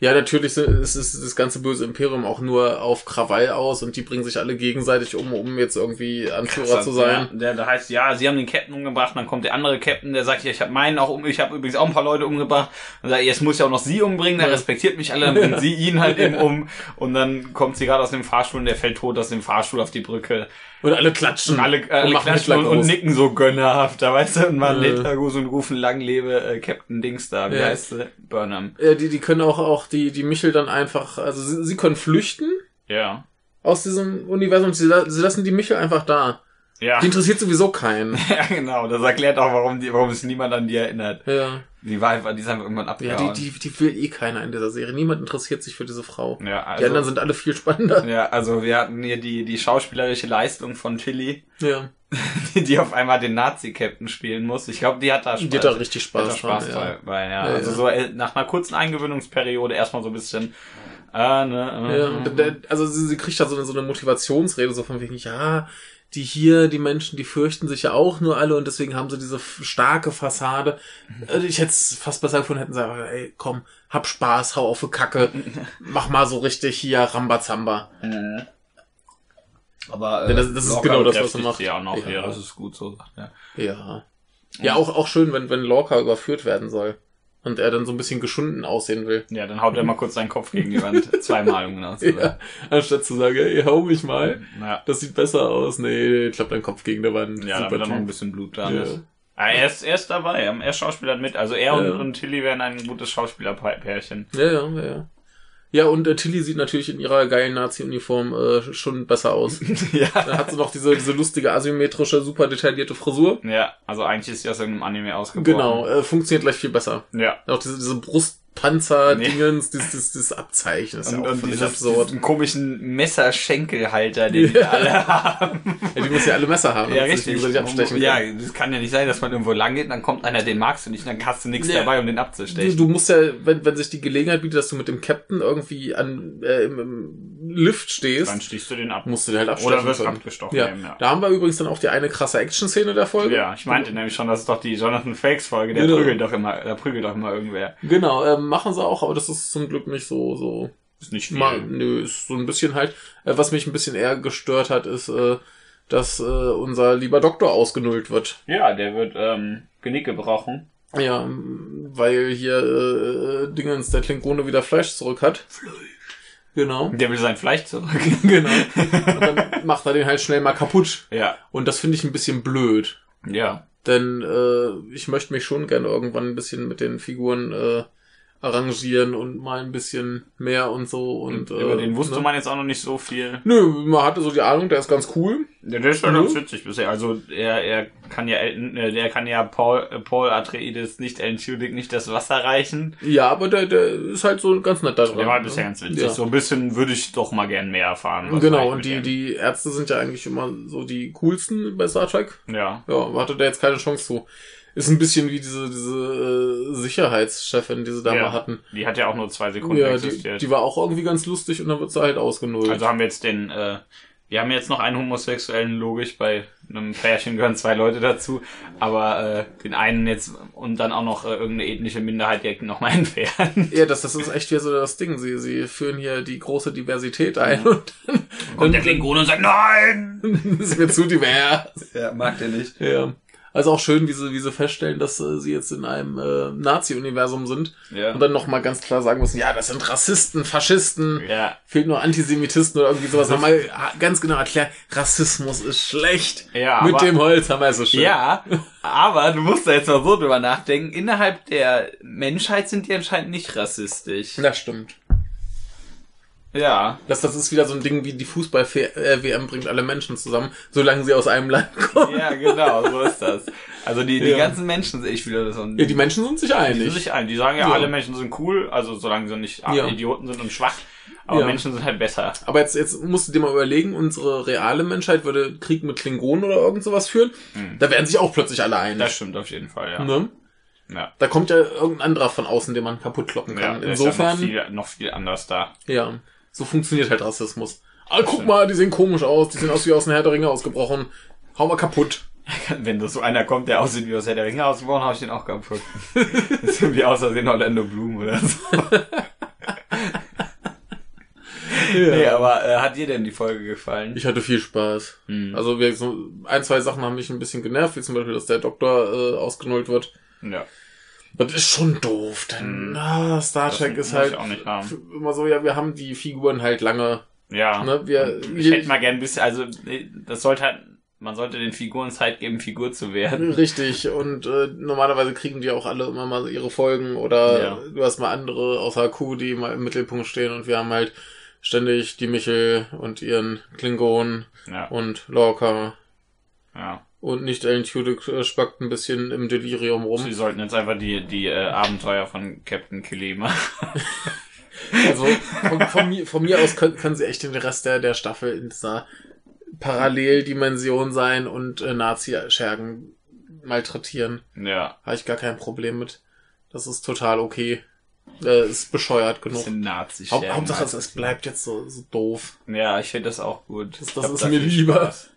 Speaker 1: Ja, natürlich sind- ist, ist das ganze böse Imperium auch nur auf Krawall aus und die bringen sich alle gegenseitig um, um jetzt irgendwie Anführer zu sein.
Speaker 2: Ja, der, der heißt, ja, sie haben den Captain umgebracht, dann kommt der andere Captain, der sagt, ja, ich habe meinen auch um, ich habe übrigens auch ein paar Leute umgebracht. Dann sagt, er, jetzt muss ich auch noch sie umbringen, der respektiert mich alle, dann bringen sie ihn halt eben um und dann kommt sie gerade aus dem Fahrstuhl und der fällt tot aus dem Fahrstuhl auf die Brücke.
Speaker 1: Und alle klatschen.
Speaker 2: Und alle, äh, alle
Speaker 1: machen
Speaker 2: klatschen und,
Speaker 1: Hitler
Speaker 2: und
Speaker 1: groß.
Speaker 2: nicken so gönnerhaft, da weißt du, und machen
Speaker 1: Äh.
Speaker 2: Hitler groß und rufen lang lebe äh, Captain Dings da, wie
Speaker 1: Ja.
Speaker 2: heißt sie? Burnham.
Speaker 1: Äh, die, die können auch, auch die, die Michel dann einfach, also sie, sie können flüchten
Speaker 2: Ja.
Speaker 1: aus diesem Universum. Sie, la- sie lassen die Michel einfach da.
Speaker 2: Ja.
Speaker 1: Die interessiert sowieso keinen.
Speaker 2: ja, genau, das erklärt auch, warum, die, warum es niemand an die erinnert.
Speaker 1: Ja.
Speaker 2: Die war einfach, die ist einfach irgendwann
Speaker 1: Ja,
Speaker 2: abgehauen.
Speaker 1: die, die, die will eh keiner in dieser Serie. Niemand interessiert sich für diese Frau.
Speaker 2: ja, also
Speaker 1: die anderen sind alle viel spannender.
Speaker 2: Ja, also wir hatten hier die, die schauspielerische Leistung von Tilly,
Speaker 1: Ja.
Speaker 2: die, die auf einmal den Nazi-Captain spielen muss. Ich glaube, die hat da Spaß.
Speaker 1: Die hat da richtig
Speaker 2: hat da
Speaker 1: Spaß,
Speaker 2: Spaß
Speaker 1: dran,
Speaker 2: bei, bei, ja.
Speaker 1: Ja,
Speaker 2: Also
Speaker 1: ja.
Speaker 2: so äh, nach einer kurzen Eingewöhnungsperiode erstmal so ein bisschen. Äh, ne,
Speaker 1: Ja.
Speaker 2: äh,
Speaker 1: Ja, und da- da- also sie, sie kriegt da so eine, so eine Motivationsrede, so von wegen, ja, die hier, die Menschen, die fürchten sich ja auch nur alle und deswegen haben sie diese f- starke Fassade. Also ich hätte es fast besser gefunden, hätten sie gesagt, ey, komm, hab Spaß, hau auf die Kacke, mach mal so richtig hier Rambazamba.
Speaker 2: Mhm. Aber äh,
Speaker 1: Ja, das- das ist
Speaker 2: locker
Speaker 1: genau das, was
Speaker 2: bekräftigt
Speaker 1: sie macht.
Speaker 2: sie auch noch. Ja,
Speaker 1: Ja.
Speaker 2: das ist gut so. Ja.
Speaker 1: Ja. Ja, auch, auch schön, wenn, wenn Lorca überführt werden soll und er dann so ein bisschen geschunden aussehen will.
Speaker 2: ja, dann haut er mal kurz seinen Kopf gegen die Wand. Zweimal, um genau zu sein.
Speaker 1: Ja, anstatt zu sagen, ey, hau mich mal.
Speaker 2: Ja,
Speaker 1: Das sieht besser aus. Nee, klappt dein Kopf gegen der Wand.
Speaker 2: ja
Speaker 1: Super
Speaker 2: damit dann noch ein
Speaker 1: Typ.
Speaker 2: bisschen Blut dran
Speaker 1: Ja.
Speaker 2: ist. Aber er ist, er ist dabei, er er schauspielert mit. Also er und,
Speaker 1: Ja.
Speaker 2: und Tilly wären ein gutes Schauspielerpärchen.
Speaker 1: Ja, ja, ja, ja. Ja, und äh, Tilly sieht natürlich in ihrer geilen Nazi-Uniform äh, schon besser aus.
Speaker 2: ja.
Speaker 1: Dann hat sie noch diese, diese lustige, asymmetrische, super detaillierte Frisur.
Speaker 2: Ja, also eigentlich ist sie aus irgendeinem Anime ausgebrochen.
Speaker 1: Genau, äh, funktioniert gleich viel besser.
Speaker 2: Ja.
Speaker 1: Auch diese, diese Brustpanzer-Dingens, dieses, dieses, dieses Abzeichen, das ist
Speaker 2: Und,
Speaker 1: ja auch
Speaker 2: und
Speaker 1: völlig
Speaker 2: dieses,
Speaker 1: absurd.
Speaker 2: diesen komischen Messerschenkelhalter, den wir alle haben.
Speaker 1: Ja, die muss ja alle Messer haben, damit sie sich gegenseitig abstechen
Speaker 2: Ja,
Speaker 1: können.
Speaker 2: das kann ja nicht sein, dass man irgendwo lang geht und dann kommt einer, den magst du nicht, dann hast du nichts
Speaker 1: Ja.
Speaker 2: dabei, um den
Speaker 1: Du,
Speaker 2: abzustechen.
Speaker 1: du musst ja, wenn, wenn sich die Gelegenheit bietet, dass du mit dem Captain irgendwie an, äh, im, im Lift stehst,
Speaker 2: Dann stichst du den ab.
Speaker 1: musst du den halt abstechen
Speaker 2: Oder wirst
Speaker 1: können.
Speaker 2: abgestochen.
Speaker 1: Ja.
Speaker 2: eben, ja.
Speaker 1: da haben wir übrigens dann auch die eine krasse Action-Szene der Folge.
Speaker 2: Ja, ich meinte nämlich schon, das ist doch die Jonathan Fakes Folge, der
Speaker 1: Genau.
Speaker 2: prügelt doch immer, da prügelt doch immer irgendwer.
Speaker 1: Genau, ähm, machen sie auch, aber das ist zum Glück nicht so, so,
Speaker 2: Ist nicht viel.
Speaker 1: mal, nö, ist so ein bisschen halt, äh, was mich ein bisschen eher gestört hat, ist, äh, dass äh, unser lieber Doktor ausgenullt wird.
Speaker 2: Ja, der wird ähm, Genick gebrochen.
Speaker 1: Ja, ähm, weil hier äh, Dingens, der Klingone wieder Fleisch zurück hat. Fleisch. Genau.
Speaker 2: Der will sein Fleisch zurück.
Speaker 1: genau. Und dann macht er den halt schnell mal kaputt.
Speaker 2: ja.
Speaker 1: Und das finde ich ein bisschen blöd.
Speaker 2: Ja.
Speaker 1: Denn äh, ich möchte mich schon gerne irgendwann ein bisschen mit den Figuren äh, arrangieren und mal ein bisschen mehr und so. Und,
Speaker 2: Und, über
Speaker 1: äh,
Speaker 2: den wusste
Speaker 1: ne?
Speaker 2: man jetzt auch noch nicht so viel.
Speaker 1: Nö, man hatte so die Ahnung, der ist ganz cool.
Speaker 2: Ja, der ist schon
Speaker 1: Mhm.
Speaker 2: ganz witzig bisher. Also er, er kann ja Elton, äh, der kann ja Paul, äh, Paul Atreides nicht Elton Tudyk nicht das Wasser reichen.
Speaker 1: Ja, aber der, der ist halt so ganz nett da dran.
Speaker 2: Der war
Speaker 1: ne?
Speaker 2: bisher ganz witzig.
Speaker 1: Ja.
Speaker 2: So ein bisschen würde ich doch mal gern mehr erfahren. was
Speaker 1: genau,
Speaker 2: eigentlich
Speaker 1: und
Speaker 2: mit
Speaker 1: die,
Speaker 2: dem-
Speaker 1: die Ärzte sind ja eigentlich immer so die coolsten bei Star Trek.
Speaker 2: Ja.
Speaker 1: Ja, hatte der jetzt keine Chance zu. Ist ein bisschen wie diese, diese äh, Sicherheitschefin, die sie da
Speaker 2: Ja.
Speaker 1: mal hatten.
Speaker 2: Die hat ja auch nur zwei Sekunden
Speaker 1: Ja, die,
Speaker 2: existiert.
Speaker 1: die war auch irgendwie ganz lustig und dann wird sie halt ausgenullt.
Speaker 2: also haben wir jetzt den, äh, wir haben jetzt noch einen Homosexuellen, logisch, bei einem Pärchen gehören zwei Leute dazu, aber äh, den einen jetzt und dann auch noch äh, irgendeine ethnische Minderheit direkt nochmal entfernen.
Speaker 1: Ja, das, das ist echt wieder so das Ding. Sie, sie führen hier die große Diversität ein und dann,
Speaker 2: Und der Klingone sagt, nein!
Speaker 1: dann ist mir zu divers.
Speaker 2: Ja, mag der nicht.
Speaker 1: Ja. Also auch schön, wie sie, wie sie feststellen, dass äh, sie jetzt in einem äh, Nazi-Universum sind
Speaker 2: Ja.
Speaker 1: und dann nochmal ganz klar sagen müssen, ja, das sind Rassisten, Faschisten,
Speaker 2: ja.
Speaker 1: fehlt nur Antisemitisten oder irgendwie sowas. Nochmal ganz genau erklärt, Rassismus ist schlecht.
Speaker 2: Ja,
Speaker 1: Mit
Speaker 2: aber-
Speaker 1: dem Holz haben wir es so schön.
Speaker 2: Ja, aber du musst da jetzt mal so drüber nachdenken. Innerhalb der Menschheit sind die anscheinend nicht rassistisch.
Speaker 1: Das stimmt.
Speaker 2: Ja.
Speaker 1: Das, das ist wieder so ein Ding wie die Fußball-WM bringt alle Menschen zusammen, solange sie aus einem Land kommen.
Speaker 2: Ja, genau, so ist das. Also die, die
Speaker 1: Ja.
Speaker 2: ganzen Menschen, ich will das auch
Speaker 1: Ja,
Speaker 2: nicht.
Speaker 1: die Menschen sind sich
Speaker 2: Die sind
Speaker 1: einig.
Speaker 2: sich ein. Die sagen ja,
Speaker 1: Ja.
Speaker 2: alle Menschen sind cool, also solange sie nicht
Speaker 1: Ja.
Speaker 2: Idioten sind und schwach. Aber
Speaker 1: Ja.
Speaker 2: Menschen sind halt besser.
Speaker 1: Aber jetzt, jetzt musst du dir mal überlegen, unsere reale Menschheit würde Krieg mit Klingonen oder irgend sowas führen. Da wären sich auch plötzlich alle
Speaker 2: Mhm. Das
Speaker 1: einig.
Speaker 2: stimmt auf jeden Fall, ja.
Speaker 1: Ne?
Speaker 2: Ja.
Speaker 1: Da kommt ja irgendein anderer von außen, den man kaputt kloppen
Speaker 2: Ja,
Speaker 1: kann.
Speaker 2: da ist ja noch
Speaker 1: Insofern,
Speaker 2: viel, noch viel anders da.
Speaker 1: ja, so funktioniert halt Rassismus. Ah, guck
Speaker 2: stimmt.
Speaker 1: mal, die sehen komisch aus, die sehen aus wie aus einer Herr der Ringe ausgebrochen. Hau mal kaputt.
Speaker 2: Wenn das so einer kommt, der aussieht wie aus Herr der Ringe ausgebrochen, habe ich den auch kaputt. das ist irgendwie aus Versehen Orlando Bloom oder so. Nee, aber äh, hat dir denn die Folge gefallen?
Speaker 1: Ich hatte viel Spaß.
Speaker 2: Hm.
Speaker 1: Also wir, so ein, zwei Sachen haben mich ein bisschen genervt, wie zum Beispiel, dass der Doktor äh, ausgenullt wird.
Speaker 2: Ja.
Speaker 1: Das ist schon doof, denn
Speaker 2: Hm.
Speaker 1: ah, Star
Speaker 2: Das
Speaker 1: Trek ist
Speaker 2: muss
Speaker 1: halt
Speaker 2: ich auch nicht haben.
Speaker 1: f- immer so, ja, wir haben die Figuren halt lange.
Speaker 2: Ja.
Speaker 1: Ne, wir,
Speaker 2: Ich hätte mal gern ein bisschen, also das sollte halt, man sollte den Figuren Zeit geben, Figur zu werden.
Speaker 1: Richtig, und äh, normalerweise kriegen die auch alle immer mal ihre Folgen oder
Speaker 2: Ja.
Speaker 1: du hast mal andere außer Q, die mal im Mittelpunkt stehen und wir haben halt ständig die Michel und ihren Klingon
Speaker 2: Ja.
Speaker 1: und Lorca
Speaker 2: ja.
Speaker 1: und nicht Alan Tudyk äh, spackt ein bisschen im Delirium
Speaker 2: Sie
Speaker 1: rum.
Speaker 2: sollten jetzt einfach die, die äh, Abenteuer von Captain Killy machen.
Speaker 1: Also von, von, mir, von mir aus können, können sie echt den Rest der, der Staffel in dieser Paralleldimension sein und äh, Nazi-Schergen malträtieren.
Speaker 2: ja.
Speaker 1: Habe ich gar kein Problem mit. Das ist total okay. Äh, ist bescheuert genug.
Speaker 2: Bisschen nazi
Speaker 1: Haupt, Hauptsache, es, es bleibt jetzt so, so doof.
Speaker 2: Ja, ich finde das auch gut.
Speaker 1: Das-
Speaker 2: Ich
Speaker 1: das
Speaker 2: hab
Speaker 1: ist
Speaker 2: da
Speaker 1: mir
Speaker 2: viel
Speaker 1: lieber.
Speaker 2: Spaß.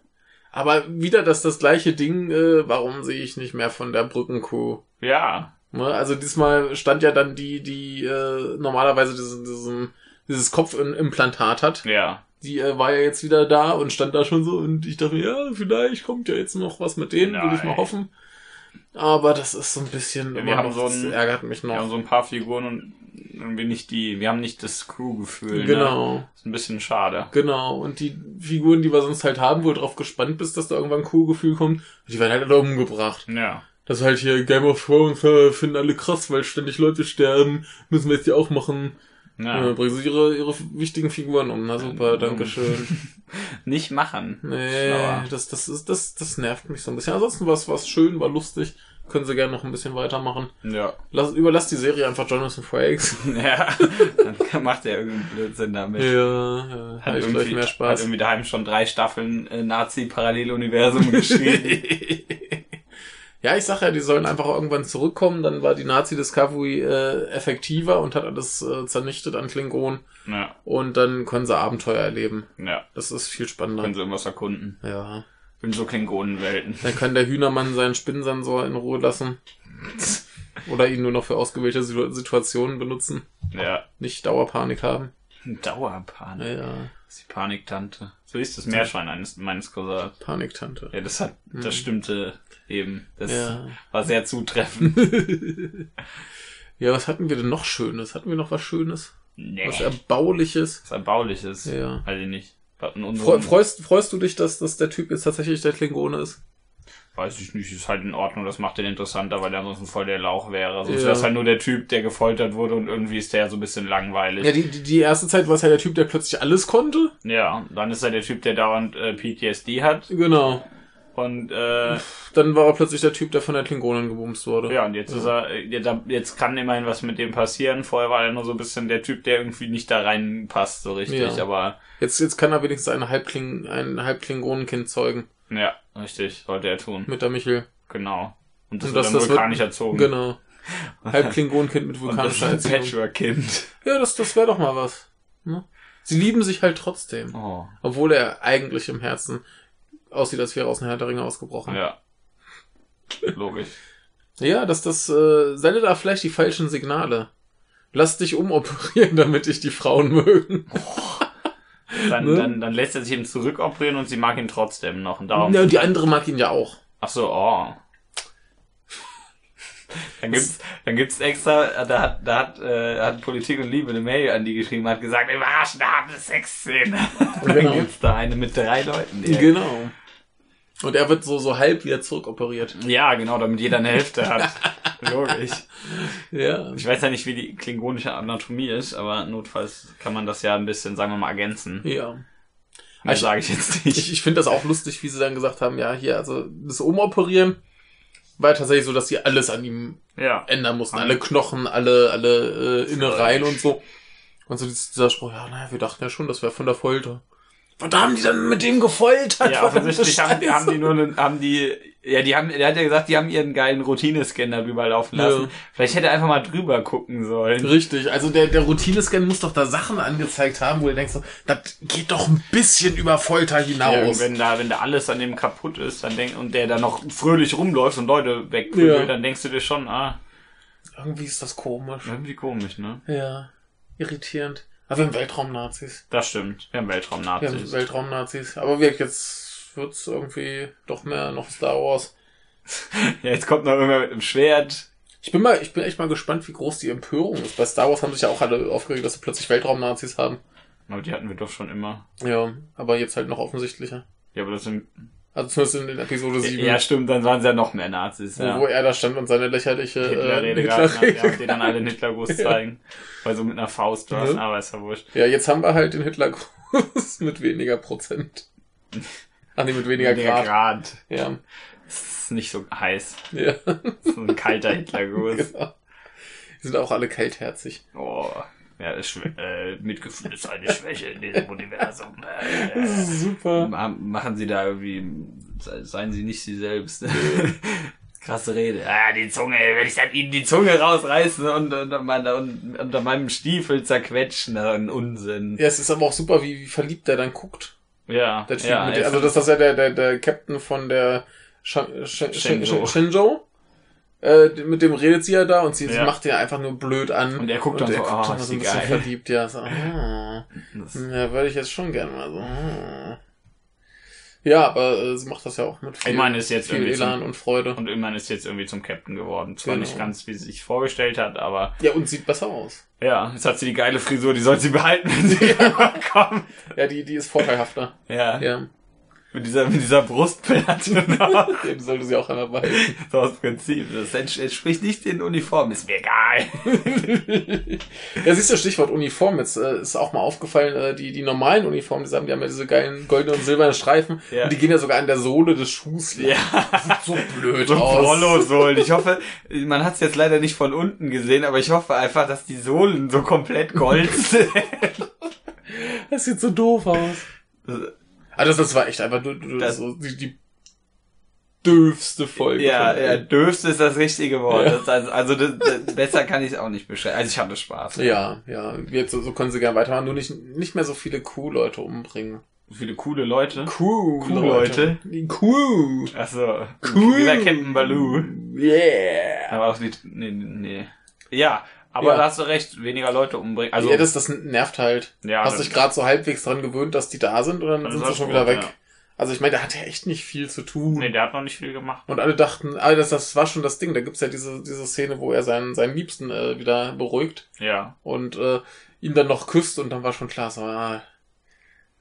Speaker 1: Aber wieder das, das gleiche Ding, äh, warum sehe ich nicht mehr von der Brückenkuh?
Speaker 2: Ja.
Speaker 1: Ne? Also diesmal stand ja dann die, die äh, normalerweise diesen, diesen, dieses Kopfimplantat hat.
Speaker 2: Ja.
Speaker 1: Die äh, war ja jetzt wieder da und stand da schon so und ich dachte mir, ja, vielleicht kommt ja jetzt noch was mit denen, will ich mal
Speaker 2: Nein.
Speaker 1: hoffen. Aber das ist so ein bisschen,
Speaker 2: Ja, wir
Speaker 1: immer
Speaker 2: haben
Speaker 1: noch-
Speaker 2: so
Speaker 1: das
Speaker 2: ein-
Speaker 1: ärgert mich
Speaker 2: Wir haben
Speaker 1: noch.
Speaker 2: so ein paar Figuren und irgendwie nicht die, wir haben nicht das Crew-Gefühl. Ne?
Speaker 1: genau.
Speaker 2: Ist ein bisschen schade.
Speaker 1: Genau, und die Figuren, die wir sonst halt haben, wo du drauf gespannt bist, dass da irgendwann ein Kuhgefühl kommt, die werden halt alle umgebracht.
Speaker 2: Ja.
Speaker 1: Das ist halt hier Game of Thrones äh, finden alle krass, weil ständig Leute sterben, müssen wir jetzt hier auch machen. Ja.
Speaker 2: ja.
Speaker 1: bringen sie ihre, ihre wichtigen Figuren um. Na super,
Speaker 2: Ähm,
Speaker 1: danke schön.
Speaker 2: Nicht machen.
Speaker 1: Nee,
Speaker 2: Schlauer.
Speaker 1: das, das, ist, das, das nervt mich so ein bisschen. Ansonsten war es schön, war lustig. Können sie gerne noch ein bisschen weitermachen.
Speaker 2: Ja.
Speaker 1: Lass, überlass die Serie einfach Jonathan Frakes.
Speaker 2: Ja, dann macht er irgendeinen Blödsinn damit.
Speaker 1: Ja, ja,
Speaker 2: Hat
Speaker 1: hat ich
Speaker 2: irgendwie,
Speaker 1: gleich mehr
Speaker 2: hat
Speaker 1: Spaß.
Speaker 2: irgendwie daheim schon drei Staffeln äh, Nazi-Paralleluniversum geschrieben.
Speaker 1: ja, ich sag ja, die sollen einfach irgendwann zurückkommen. Dann war die Nazi-Discovery äh, effektiver und hat alles äh, zernichtet an Klingon.
Speaker 2: ja,
Speaker 1: Und dann können sie Abenteuer erleben.
Speaker 2: ja.
Speaker 1: Das ist viel
Speaker 2: Können
Speaker 1: spannender.
Speaker 2: sie irgendwas erkunden.
Speaker 1: Ja.
Speaker 2: In so Klingonenwelten.
Speaker 1: Dann kann der Hühnermann seinen Spinnensensor in Ruhe lassen. Oder ihn nur noch für ausgewählte Situ- Situationen benutzen.
Speaker 2: Ja.
Speaker 1: Nicht Dauerpanik haben.
Speaker 2: Dauerpanik.
Speaker 1: Naja,
Speaker 2: Das ist die Paniktante. So hieß das Meerschwein eines, meines Cousins.
Speaker 1: Paniktante.
Speaker 2: Ja, das hat, das stimmte eben. Das
Speaker 1: Mhm. Ja.
Speaker 2: war sehr zutreffend.
Speaker 1: Ja, was hatten wir denn noch Schönes? Hatten wir noch was Schönes?
Speaker 2: Nee.
Speaker 1: Was Erbauliches?
Speaker 2: Was erbauliches.
Speaker 1: Ja.
Speaker 2: Weiß ich nicht. Was in
Speaker 1: Freu,
Speaker 2: unserem,
Speaker 1: freust, freust du dich, dass, dass der Typ jetzt tatsächlich der Klingone ist?
Speaker 2: weiß ich nicht, ist halt in Ordnung, das macht den interessanter, weil er ansonsten voll der Lauch wäre. Sonst
Speaker 1: Ja.
Speaker 2: wäre es halt nur der Typ, der gefoltert wurde und irgendwie ist der so ein bisschen langweilig.
Speaker 1: Ja, die, die, die erste Zeit war es ja der Typ, der plötzlich alles konnte.
Speaker 2: Ja, dann ist er der Typ, der dauernd äh, PTSD hat.
Speaker 1: Genau.
Speaker 2: Und äh,
Speaker 1: Dann war er plötzlich der Typ, der von der Klingonen gebumst wurde.
Speaker 2: ja, und jetzt ist er, äh, jetzt, jetzt kann immerhin was mit dem passieren. Vorher war er nur so ein bisschen der Typ, der irgendwie nicht da reinpasst, so richtig.
Speaker 1: Ja.
Speaker 2: Aber
Speaker 1: Jetzt, jetzt kann er wenigstens ein, Halbkling, ein Halbklingonenkind zeugen.
Speaker 2: ja, richtig, sollte er tun.
Speaker 1: Mit der Michel.
Speaker 2: Genau. Und das, wird
Speaker 1: Und das-
Speaker 2: dann
Speaker 1: das wird-
Speaker 2: vulkanisch erzogen.
Speaker 1: Genau. Halbklingonenkind mit
Speaker 2: Und das
Speaker 1: vulkanischer
Speaker 2: ist ein
Speaker 1: Erziehung.
Speaker 2: Patchwork-Kind.
Speaker 1: Ja, das, das wäre doch mal was. Ne? Sie lieben sich halt trotzdem.
Speaker 2: Oh,
Speaker 1: Obwohl er eigentlich im Herzen aussieht, als wäre er aus dem Herr der Ringe ausgebrochen.
Speaker 2: ja. Logisch.
Speaker 1: Ja, dass das äh, sendet da vielleicht die falschen Signale. Lass dich umoperieren, damit dich die Frauen mögen.
Speaker 2: Dann,
Speaker 1: Ne?
Speaker 2: dann, dann lässt er sich eben zurückoperieren und sie mag ihn trotzdem noch. Und darum.
Speaker 1: Ja, und die andere mag ihn ja auch.
Speaker 2: Ach so, oh. Dann gibt's, dann gibt's extra, da hat, da hat, äh, hat Politik und Liebe eine Mail an die geschrieben, hat gesagt, überraschende haben Sexszene. Dann
Speaker 1: Genau.
Speaker 2: gibt's da eine mit drei Leuten. die-
Speaker 1: Genau. Und er wird so, so halb wieder zurückoperiert.
Speaker 2: Ja, genau, damit jeder eine Hälfte hat. Logisch.
Speaker 1: Ja.
Speaker 2: Ich weiß ja nicht, wie die klingonische Anatomie ist, aber notfalls kann man das ja ein bisschen, sagen wir mal, ergänzen.
Speaker 1: Ja.
Speaker 2: Mehr
Speaker 1: Ich-
Speaker 2: sage ich jetzt nicht.
Speaker 1: Ich, ich finde das auch lustig, wie sie dann gesagt haben, ja, hier, also das Umoperieren war tatsächlich so, dass sie alles an ihm
Speaker 2: Ja.
Speaker 1: ändern mussten. Alle Knochen, alle, alle äh, Innereien und so. Und so dieses- dieser Spruch, ja, naja, wir dachten ja schon, das wäre von der Folter. Was haben die dann mit dem gefoltert?
Speaker 2: Ja, offensichtlich haben,
Speaker 1: Verdammte
Speaker 2: die- haben die nur einen, haben die, ja, die haben, der hat ja gesagt, die haben ihren geilen Routinescanner drüber laufen lassen.
Speaker 1: Ja.
Speaker 2: Vielleicht hätte er einfach mal drüber gucken sollen.
Speaker 1: Richtig, also der, der Routinescan muss doch da Sachen angezeigt haben, wo du denkst, so, das geht doch ein bisschen über Folter
Speaker 2: Ja,
Speaker 1: hinaus.
Speaker 2: wenn da, wenn da alles an dem kaputt ist, dann denk, und der da noch fröhlich rumläuft und Leute wegprügelt,
Speaker 1: Ja.
Speaker 2: dann denkst du dir schon, ah,
Speaker 1: Irgendwie ist das komisch.
Speaker 2: irgendwie komisch, ne?
Speaker 1: Ja, irritierend. Also wir haben Weltraumnazis.
Speaker 2: Das stimmt. Wir haben
Speaker 1: Wir haben
Speaker 2: Weltraumnazis.
Speaker 1: Weltraumnazis. Aber wir jetzt wird's irgendwie doch mehr noch Star Wars.
Speaker 2: ja, jetzt kommt noch irgendwer mit einem Schwert.
Speaker 1: Ich bin mal, ich bin echt mal gespannt, wie groß die Empörung ist. Bei Star Wars haben sich ja auch alle aufgeregt, dass sie plötzlich Weltraumnazis haben.
Speaker 2: Aber die hatten wir doch schon immer.
Speaker 1: Ja, aber jetzt halt noch offensichtlicher.
Speaker 2: Ja, aber das sind.
Speaker 1: Also zumindest in Episode 7,
Speaker 2: Ja, stimmt, dann waren es ja noch mehr Nazis.
Speaker 1: wo,
Speaker 2: Ja.
Speaker 1: wo er da stand und seine lächerliche äh,
Speaker 2: Hitlerrede gehalten hat, ja, und
Speaker 1: Hitlerrede.
Speaker 2: denen dann alle den Hitlergruß zeigen. Weil so mit einer Faust war es,
Speaker 1: Mhm.
Speaker 2: aber ist ja wurscht.
Speaker 1: Ja, jetzt haben wir halt den Hitlergruß mit weniger Prozent. Ach nee, mit weniger
Speaker 2: Weniger
Speaker 1: Grad.
Speaker 2: Grad.
Speaker 1: Ja,
Speaker 2: Es ist nicht so heiß.
Speaker 1: ja.
Speaker 2: So ein kalter Hitlergruß.
Speaker 1: genau. Die sind auch alle kaltherzig.
Speaker 2: Oh. Ja, das Schw- äh, Mitgefühl ist eine Schwäche in diesem Universum. Äh,
Speaker 1: Das ist super.
Speaker 2: Ma- machen sie da irgendwie, se- seien sie nicht sie selbst. Krasse Rede. Ah, die Zunge, wenn ich dann ihnen die Zunge rausreißen und unter, meiner, un- unter meinem Stiefel zerquetschen, das ist ein Unsinn.
Speaker 1: Ja, es ist aber auch super, wie, wie verliebt er dann guckt.
Speaker 2: Ja,
Speaker 1: Der Typ
Speaker 2: ja,
Speaker 1: mit,
Speaker 2: es-
Speaker 1: der- also das, das ist ja der, der, der Captain von der Sha Sh
Speaker 2: Shenzo.
Speaker 1: Shenzo. Shenzo. Äh, mit dem redet sie ja da und sie sie
Speaker 2: Ja.
Speaker 1: macht ihn einfach nur blöd an.
Speaker 2: Und er guckt dann so, ah, ist
Speaker 1: ein
Speaker 2: die
Speaker 1: bisschen
Speaker 2: geil.
Speaker 1: verliebt, ja. So, ah,
Speaker 2: das-
Speaker 1: ja, würde ich jetzt schon gerne mal so. Ah. Ja, aber äh, sie macht das ja auch mit viel,
Speaker 2: Ich meine, ist jetzt
Speaker 1: viel
Speaker 2: irgendwie zum-
Speaker 1: Elan und Freude.
Speaker 2: Und irgendwann ist jetzt irgendwie zum Captain geworden. Zwar
Speaker 1: Genau.
Speaker 2: nicht ganz, wie sie sich vorgestellt hat, aber
Speaker 1: Ja, und sieht besser aus.
Speaker 2: ja, jetzt hat sie die geile Frisur, die soll sie behalten, wenn sie rüberkommt.
Speaker 1: Ja, die, die ist vorteilhafter.
Speaker 2: Ja,
Speaker 1: ja.
Speaker 2: Mit, dieser, mit dieser Brustplatte noch.
Speaker 1: ja, die sollte sie auch einmal behalten.
Speaker 2: so aus Prinzip. Das ents- entspricht nicht den Uniformen, ist mir egal.
Speaker 1: Ja, siehst du, Stichwort Uniform. Jetzt äh, ist auch mal aufgefallen, äh, die, die normalen Uniformen, die sagen, die haben ja diese geilen goldenen und silbernen Streifen.
Speaker 2: Ja.
Speaker 1: Und die gehen ja sogar an der Sohle des Schuhs. lang. Sieht so blöd
Speaker 2: So
Speaker 1: aus.
Speaker 2: Rollo-Sohlen. Ich hoffe, man hat es jetzt leider nicht von unten gesehen, aber ich hoffe einfach, dass die Sohlen so komplett gold sind.
Speaker 1: Das sieht so doof aus. Ah, das, das war echt einfach nur, nur
Speaker 2: Äh. Das-
Speaker 1: so die, die dürfste Folge.
Speaker 2: ja,
Speaker 1: von
Speaker 2: ja,
Speaker 1: allen.
Speaker 2: dürfte ist das richtige Wort.
Speaker 1: Ja.
Speaker 2: Das, also, also das, das, besser kann ich es auch nicht beschreiben. Also ich hatte Spaß.
Speaker 1: ja, ja. Jetzt, so, so können sie gerne weitermachen. Nur nicht, nicht mehr so viele Kuh-Leute umbringen.
Speaker 2: Viele coole Leute.
Speaker 1: Kuh-Leute. Die Kuh.
Speaker 2: Achso.
Speaker 1: Cool.
Speaker 2: Dieser Captain Baloo.
Speaker 1: Yeah.
Speaker 2: Aber auch nicht. Nee, nee. Ja, aber
Speaker 1: Ja.
Speaker 2: da hast du recht, weniger Leute umbringen. Also
Speaker 1: ja, das, das nervt halt.
Speaker 2: Ja,
Speaker 1: Hast
Speaker 2: das-
Speaker 1: dich gerade so halbwegs dran gewöhnt, dass die da sind und dann,
Speaker 2: Dann
Speaker 1: sind
Speaker 2: ist
Speaker 1: sie
Speaker 2: das
Speaker 1: schon
Speaker 2: gut,
Speaker 1: wieder weg.
Speaker 2: ja.
Speaker 1: Also ich meine, da hat er echt nicht viel zu tun.
Speaker 2: nee, der hat noch nicht viel gemacht.
Speaker 1: Und alle dachten, ah, das, das war schon das Ding. Da gibt's ja diese, diese Szene, wo er seinen, seinen Liebsten äh, wieder beruhigt
Speaker 2: Ja.
Speaker 1: und äh, ihn dann noch küsst und dann war schon klar, so, ah,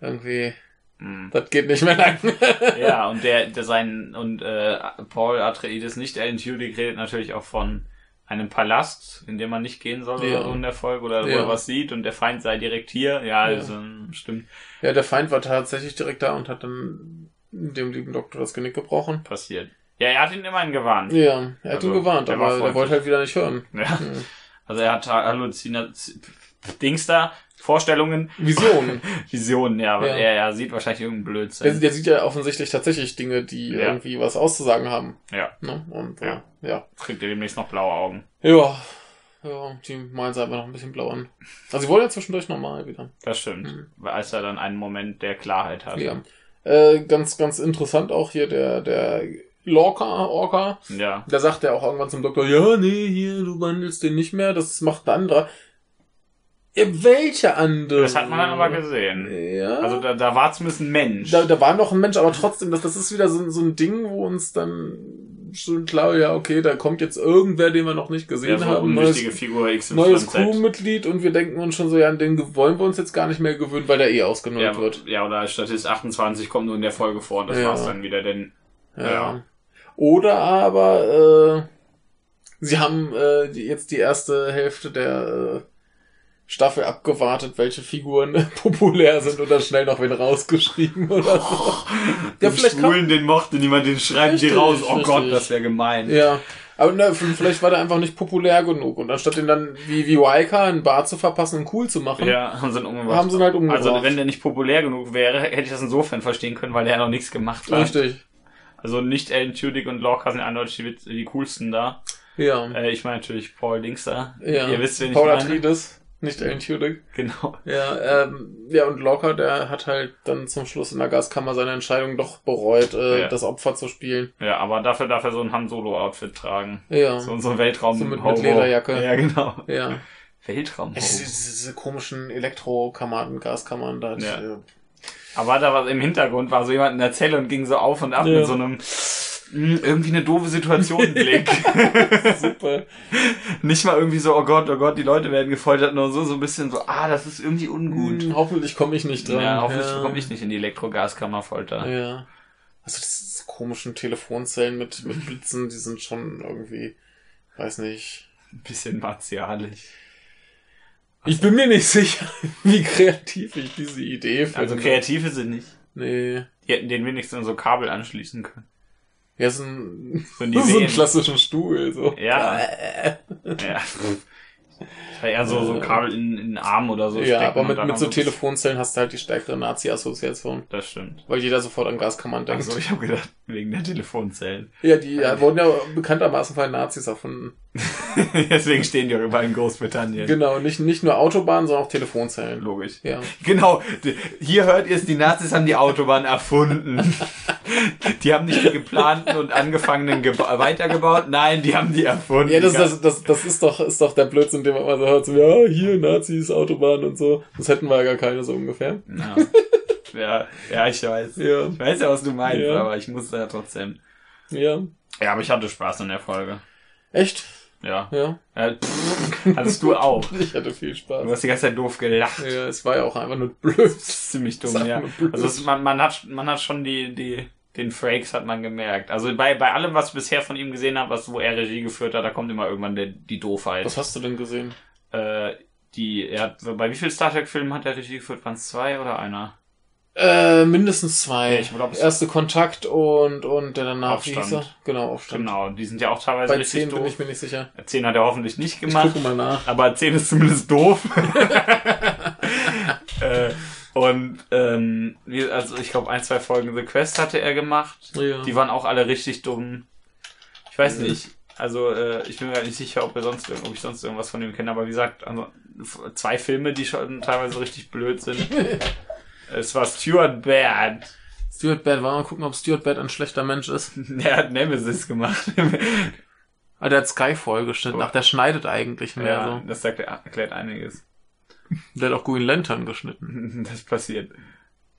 Speaker 1: irgendwie,
Speaker 2: Hm.
Speaker 1: das geht nicht mehr lang.
Speaker 2: Ja, und der, der sein und äh, Paul Atreides nicht Alan Tudyk redet natürlich auch von einem Palast, in den man nicht gehen soll
Speaker 1: Ja.
Speaker 2: oder so in der Folge oder wo
Speaker 1: Ja.
Speaker 2: er was sieht und der Feind sei direkt hier. Ja,
Speaker 1: Ja.
Speaker 2: also stimmt,
Speaker 1: ja, der Feind war tatsächlich direkt da und hat dann dem lieben Doktor das Genick gebrochen.
Speaker 2: passiert. Ja, er hat ihn immerhin gewarnt. Ja.
Speaker 1: Ja, er hat
Speaker 2: Also,
Speaker 1: ihn gewarnt,
Speaker 2: der war
Speaker 1: aber er
Speaker 2: freundlich.
Speaker 1: wollte halt wieder nicht hören. Hm.
Speaker 2: Also er hat Halluzination Dings da, Vorstellungen,
Speaker 1: Visionen.
Speaker 2: Visionen, ja, aber
Speaker 1: Ja.
Speaker 2: Er, er sieht wahrscheinlich irgendeinen
Speaker 1: Der,
Speaker 2: Blödsinn.
Speaker 1: der sieht ja offensichtlich tatsächlich Dinge, die
Speaker 2: Ja.
Speaker 1: irgendwie was auszusagen haben.
Speaker 2: Ja,
Speaker 1: Ne? Und ja.
Speaker 2: Ja.
Speaker 1: Äh, ja.
Speaker 2: kriegt er demnächst noch blaue Augen.
Speaker 1: Ja. Ja, die malen sie einfach noch ein bisschen blau an. Also sie wollen ja zwischendurch normal wieder.
Speaker 2: Das stimmt.
Speaker 1: Mhm.
Speaker 2: Weil als er dann einen Moment der Klarheit hat.
Speaker 1: Ja. Äh, ganz, ganz interessant auch hier der, der Lorca, Orca,
Speaker 2: ja.
Speaker 1: da sagt er auch irgendwann zum Doktor, ja, nee, hier, du behandelst den nicht mehr, das macht ein anderer. Ja, welcher andere?
Speaker 2: Das hat man dann aber gesehen.
Speaker 1: Ja.
Speaker 2: Also da, da war zumindest ein Mensch.
Speaker 1: da, da war noch ein Mensch, aber trotzdem, das, das ist wieder so, ein- so ein Ding, wo uns dann schon klar, ja, okay, da kommt jetzt irgendwer, den wir noch nicht
Speaker 2: ja,
Speaker 1: gesehen
Speaker 2: so
Speaker 1: haben, neues,
Speaker 2: unwichtige Figur XYZ.
Speaker 1: neues Crewmitglied und wir denken uns schon so, ja, an den ge- wollen wir uns jetzt gar nicht mehr gewöhnen, weil der eh ausgenutzt
Speaker 2: ja,
Speaker 1: wird.
Speaker 2: ja, oder Statist 28 kommt nur in der Folge vor und das
Speaker 1: Ja.
Speaker 2: war's dann wieder, denn
Speaker 1: Ja.
Speaker 2: Ja.
Speaker 1: Oder aber, äh, sie haben äh, die, jetzt die erste Hälfte der äh, Staffel abgewartet, welche Figuren populär sind und dann schnell noch wen rausgeschrieben
Speaker 2: ja,
Speaker 1: oder so. Ja,
Speaker 2: oh, den
Speaker 1: vielleicht kann-
Speaker 2: Schwulen, den mochte niemand, den schreiben die
Speaker 1: Richtig,
Speaker 2: raus. Oh Gott,
Speaker 1: richtig.
Speaker 2: das wäre gemein.
Speaker 1: Ja, aber ne, v- vielleicht war der einfach nicht populär genug. Und anstatt den dann wie, wie Waika einen Bart zu verpassen und cool zu machen,
Speaker 2: Ja, haben sie ihn umgebracht.
Speaker 1: haben sie ihn halt umgebracht.
Speaker 2: also wenn der nicht populär genug wäre, hätte ich das insofern verstehen können, weil der ja noch nichts gemacht hat.
Speaker 1: Richtig.
Speaker 2: Also nicht Alan Tudyk und Lorca sind eindeutig die, witz- die coolsten da.
Speaker 1: Ja.
Speaker 2: Äh, ich meine natürlich Paul Dings da.
Speaker 1: ja.
Speaker 2: Ihr wisst, wen ich
Speaker 1: Paul
Speaker 2: meine.
Speaker 1: Atreides, nicht Alan Tudyk.
Speaker 2: Genau.
Speaker 1: Ja, ähm, ja, und Locker, der hat halt dann zum Schluss in der Gaskammer seine Entscheidung doch bereut, äh,
Speaker 2: Ja.
Speaker 1: das Opfer zu spielen.
Speaker 2: Ja, aber dafür darf er so ein Han Solo-Outfit tragen.
Speaker 1: Ja.
Speaker 2: So, so ein Weltraum.
Speaker 1: So mit- mit
Speaker 2: Hobo.
Speaker 1: Lederjacke.
Speaker 2: Ja, genau.
Speaker 1: Ja.
Speaker 2: Weltraum.
Speaker 1: Diese, diese komischen Elektrokammern, Gaskammern da. Die,
Speaker 2: Ja.
Speaker 1: äh,
Speaker 2: Aber da war im Hintergrund war so jemand in der Zelle und ging so auf und ab
Speaker 1: Ja.
Speaker 2: mit so einem "Mm, irgendwie eine doofe Situation Blick.
Speaker 1: Super.
Speaker 2: Nicht mal irgendwie so, oh Gott, oh Gott, die Leute werden gefoltert, nur so, so ein bisschen so, ah, das ist irgendwie ungut.
Speaker 1: Hm, hoffentlich komme ich nicht dran.
Speaker 2: Ja, hoffentlich komme ich nicht in die Elektrogaskammerfolter.
Speaker 1: Ja. Also diese, diese komischen Telefonzellen mit, mit Blitzen, die sind schon irgendwie, weiß nicht.
Speaker 2: Ein bisschen martialisch.
Speaker 1: Ich bin mir nicht sicher, wie kreativ ich diese Idee finde.
Speaker 2: Also kreative sind nicht.
Speaker 1: Nee.
Speaker 2: Die hätten den wenigstens so Kabel anschließen können.
Speaker 1: Ja, so ein,
Speaker 2: So
Speaker 1: so einen
Speaker 2: Nivellen.
Speaker 1: klassischen Stuhl, so.
Speaker 2: Ja. ja. Das war eher so, so Kabel in, in den Arm oder so.
Speaker 1: ja,
Speaker 2: stecken
Speaker 1: aber
Speaker 2: und
Speaker 1: mit,
Speaker 2: dann
Speaker 1: mit so
Speaker 2: haben-
Speaker 1: Telefonzellen hast du halt die stärkere Nazi-Assoziation,
Speaker 2: Das stimmt.
Speaker 1: weil jeder sofort an Gaskammern denkt.
Speaker 2: Also ich habe gedacht, wegen der Telefonzellen.
Speaker 1: Ja, die ja, wurden ja bekanntermaßen von den Nazis erfunden.
Speaker 2: Deswegen stehen die auch überall in Großbritannien.
Speaker 1: Genau, nicht, nicht nur Autobahnen, sondern auch Telefonzellen.
Speaker 2: Logisch.
Speaker 1: Ja.
Speaker 2: Genau, d- hier hört ihr es, die Nazis haben die Autobahn erfunden. Die haben nicht die geplanten und angefangenen geba- weitergebaut, nein, die haben die erfunden.
Speaker 1: Ja, das, das, das, das ist doch, ist doch der Blödsinn, den man immer so hört, so, ja, hier, Nazis, Autobahnen und so. Das hätten wir ja gar keine, so ungefähr.
Speaker 2: Ja. Ja, ja, ich weiß.
Speaker 1: Ja,
Speaker 2: Ich weiß ja, was du meinst,
Speaker 1: Ja.
Speaker 2: aber ich muss da trotzdem.
Speaker 1: ja.
Speaker 2: Ja, aber ich hatte Spaß in der Folge.
Speaker 1: Echt?
Speaker 2: Ja.
Speaker 1: Ja.
Speaker 2: Äh, pff, hattest du auch.
Speaker 1: Ich hatte viel Spaß.
Speaker 2: Du hast die ganze Zeit doof gelacht.
Speaker 1: Ja, es war ja auch einfach nur blöd.
Speaker 2: Das ist ziemlich dumm,
Speaker 1: Sag
Speaker 2: ja.
Speaker 1: mal blöd.
Speaker 2: Also es, man, man, hat, man hat schon die, die, den Frakes hat man gemerkt. Also bei, bei allem, was ich bisher von ihm gesehen habe, was, wo er Regie geführt hat, da kommt immer irgendwann der, die Doofheit.
Speaker 1: Was hast du denn gesehen?
Speaker 2: Äh, die, er hat, bei wie vielen Star Trek-Filmen hat er Regie geführt? Waren es zwei oder einer?
Speaker 1: Äh, mindestens zwei.
Speaker 2: Ja, ich glaub, es-
Speaker 1: Erste Kontakt und, und der danach, wie
Speaker 2: Aufstand.
Speaker 1: hieß er? Genau, Aufstand.
Speaker 2: Genau, die sind ja auch teilweise
Speaker 1: Bei
Speaker 2: richtig
Speaker 1: zehn bin
Speaker 2: doof.
Speaker 1: ich mir nicht sicher.
Speaker 2: Zehn hat er hoffentlich nicht
Speaker 1: Ich
Speaker 2: gemacht.
Speaker 1: gucke mal nach.
Speaker 2: aber 10 ist zumindest doof. äh, und ähm, wir- also ich glaube, ein, zwei Folgen The Quest hatte er gemacht.
Speaker 1: Ja.
Speaker 2: Die waren auch alle richtig dumm. Ich weiß
Speaker 1: Mhm.
Speaker 2: nicht. Also äh, ich bin mir gar nicht sicher, ob, wir sonst, irgend- ob ich sonst irgendwas von ihm kenne. Aber wie gesagt, also, f- zwei Filme, die schon teilweise richtig blöd sind. es war Stuart Baird.
Speaker 1: Stuart Bad, wollen wir mal gucken, ob Stuart Bad ein schlechter Mensch ist.
Speaker 2: Der hat Nemesis gemacht.
Speaker 1: Ah, der hat Skyfall geschnitten. Ach, der schneidet eigentlich mehr
Speaker 2: ja,
Speaker 1: so.
Speaker 2: das sagt, erklärt einiges.
Speaker 1: Der hat auch Green Lantern geschnitten.
Speaker 2: Das passiert.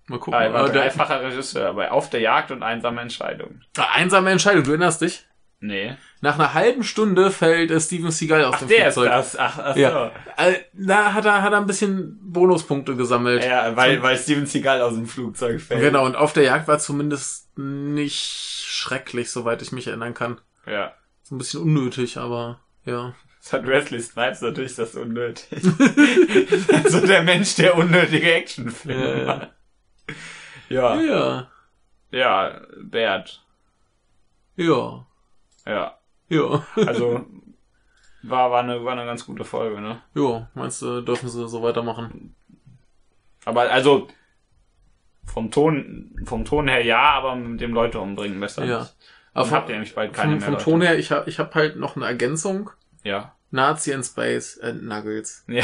Speaker 1: Mal gucken.
Speaker 2: Ah, er war
Speaker 1: Aber der,
Speaker 2: dreifacher Regisseur bei Auf der Jagd und einsame Entscheidung.
Speaker 1: einsame Entscheidung, du erinnerst dich?
Speaker 2: Nee.
Speaker 1: Nach einer halben Stunde fällt äh, Steven Seagal aus
Speaker 2: Ach,
Speaker 1: dem
Speaker 2: der ist
Speaker 1: Flugzeug.
Speaker 2: das. Ach, ach
Speaker 1: Ja. Äh, Da hat er, hat er ein bisschen Bonuspunkte
Speaker 2: so.
Speaker 1: gesammelt.
Speaker 2: Ja, weil, weil Steven Seagal aus dem Flugzeug fällt.
Speaker 1: Genau, und auf der Jagd war zumindest nicht schrecklich, soweit ich mich erinnern kann.
Speaker 2: Ja.
Speaker 1: So ein bisschen unnötig, aber ja.
Speaker 2: Das hat Wesley Snipes natürlich das unnötig. also der Mensch, der unnötige Actionfilme
Speaker 1: Ja.
Speaker 2: macht. Ja.
Speaker 1: Ja,
Speaker 2: Ja, Bert.
Speaker 1: ja,
Speaker 2: Ja.
Speaker 1: ja.
Speaker 2: Also, war, war, eine, war eine ganz gute Folge, ne?
Speaker 1: Ja, meinst du, dürfen sie so weitermachen?
Speaker 2: Aber also vom Ton, vom Ton her ja, aber mit dem Leute umbringen besser
Speaker 1: Ja.
Speaker 2: nicht.
Speaker 1: Aber
Speaker 2: Dann habt ihr nämlich bald keine
Speaker 1: vom,
Speaker 2: mehr.
Speaker 1: vom
Speaker 2: Leute.
Speaker 1: Ton her, ich hab ich hab halt noch eine Ergänzung.
Speaker 2: Ja.
Speaker 1: Nazi in Space and Nuggets.
Speaker 2: Ja.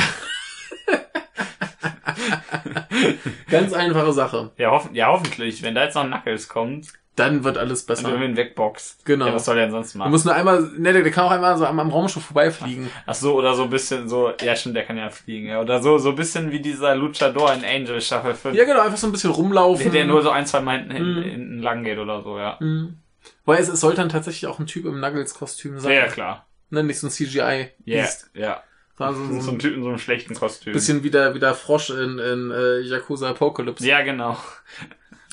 Speaker 1: Ganz einfache Sache.
Speaker 2: Ja, hoffen, ja, hoffentlich. Wenn da jetzt noch Knuckles kommt
Speaker 1: Dann wird alles
Speaker 2: und Also, wenn
Speaker 1: besser.
Speaker 2: wir ihn wegboxt.
Speaker 1: Genau.
Speaker 2: Ja, was soll er denn sonst
Speaker 1: Du
Speaker 2: machen?
Speaker 1: musst nur einmal, ne, der der kann auch einmal so am, am Raumschiff vorbeifliegen.
Speaker 2: Ach so, oder so ein bisschen so, ja stimmt, der kann ja fliegen, ja. Oder so, so ein bisschen wie dieser Luchador in Angel Staffel 5.
Speaker 1: Ja, genau, einfach so ein bisschen rumlaufen.
Speaker 2: der, der nur so ein, zwei Mal hinten,
Speaker 1: Mhm.
Speaker 2: hinten lang geht oder so, ja.
Speaker 1: Mhm. Weil es, es sollte dann tatsächlich auch ein Typ im Nuggles-Kostüm
Speaker 2: Ja,
Speaker 1: sein.
Speaker 2: ja klar.
Speaker 1: Ne, nicht so ein cgi
Speaker 2: Ja,
Speaker 1: Biest.
Speaker 2: ja.
Speaker 1: Also
Speaker 2: So ein
Speaker 1: so ein
Speaker 2: Typ in so einem schlechten Kostüm.
Speaker 1: bisschen wie der, wie der Frosch in, in äh, Yakuza Apocalypse.
Speaker 2: Ja, genau.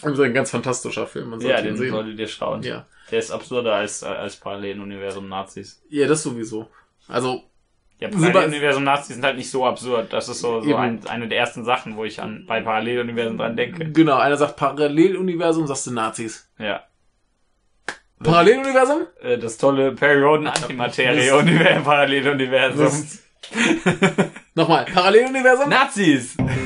Speaker 1: Übrigens ein ganz fantastischer Film, man sollte
Speaker 2: Ja,
Speaker 1: ihn
Speaker 2: den
Speaker 1: sehen.
Speaker 2: solltet ihr schauen.
Speaker 1: Ja.
Speaker 2: Der ist absurder als, als Paralleluniversum Nazis.
Speaker 1: ja, das sowieso. Also,
Speaker 2: Ja,
Speaker 1: Super.
Speaker 2: Paralleluniversum Nazis sind halt nicht so absurd. Das ist so, so
Speaker 1: Eben.
Speaker 2: ein, eine der ersten Sachen, wo ich an, bei Paralleluniversen dran denke.
Speaker 1: genau, einer sagt Paralleluniversum, sagst du Nazis.
Speaker 2: Ja.
Speaker 1: Paralleluniversum?
Speaker 2: Äh, Das tolle Perioden-Antimaterie-Paralleluniversum.
Speaker 1: Nochmal, Paralleluniversum?
Speaker 2: Nazis!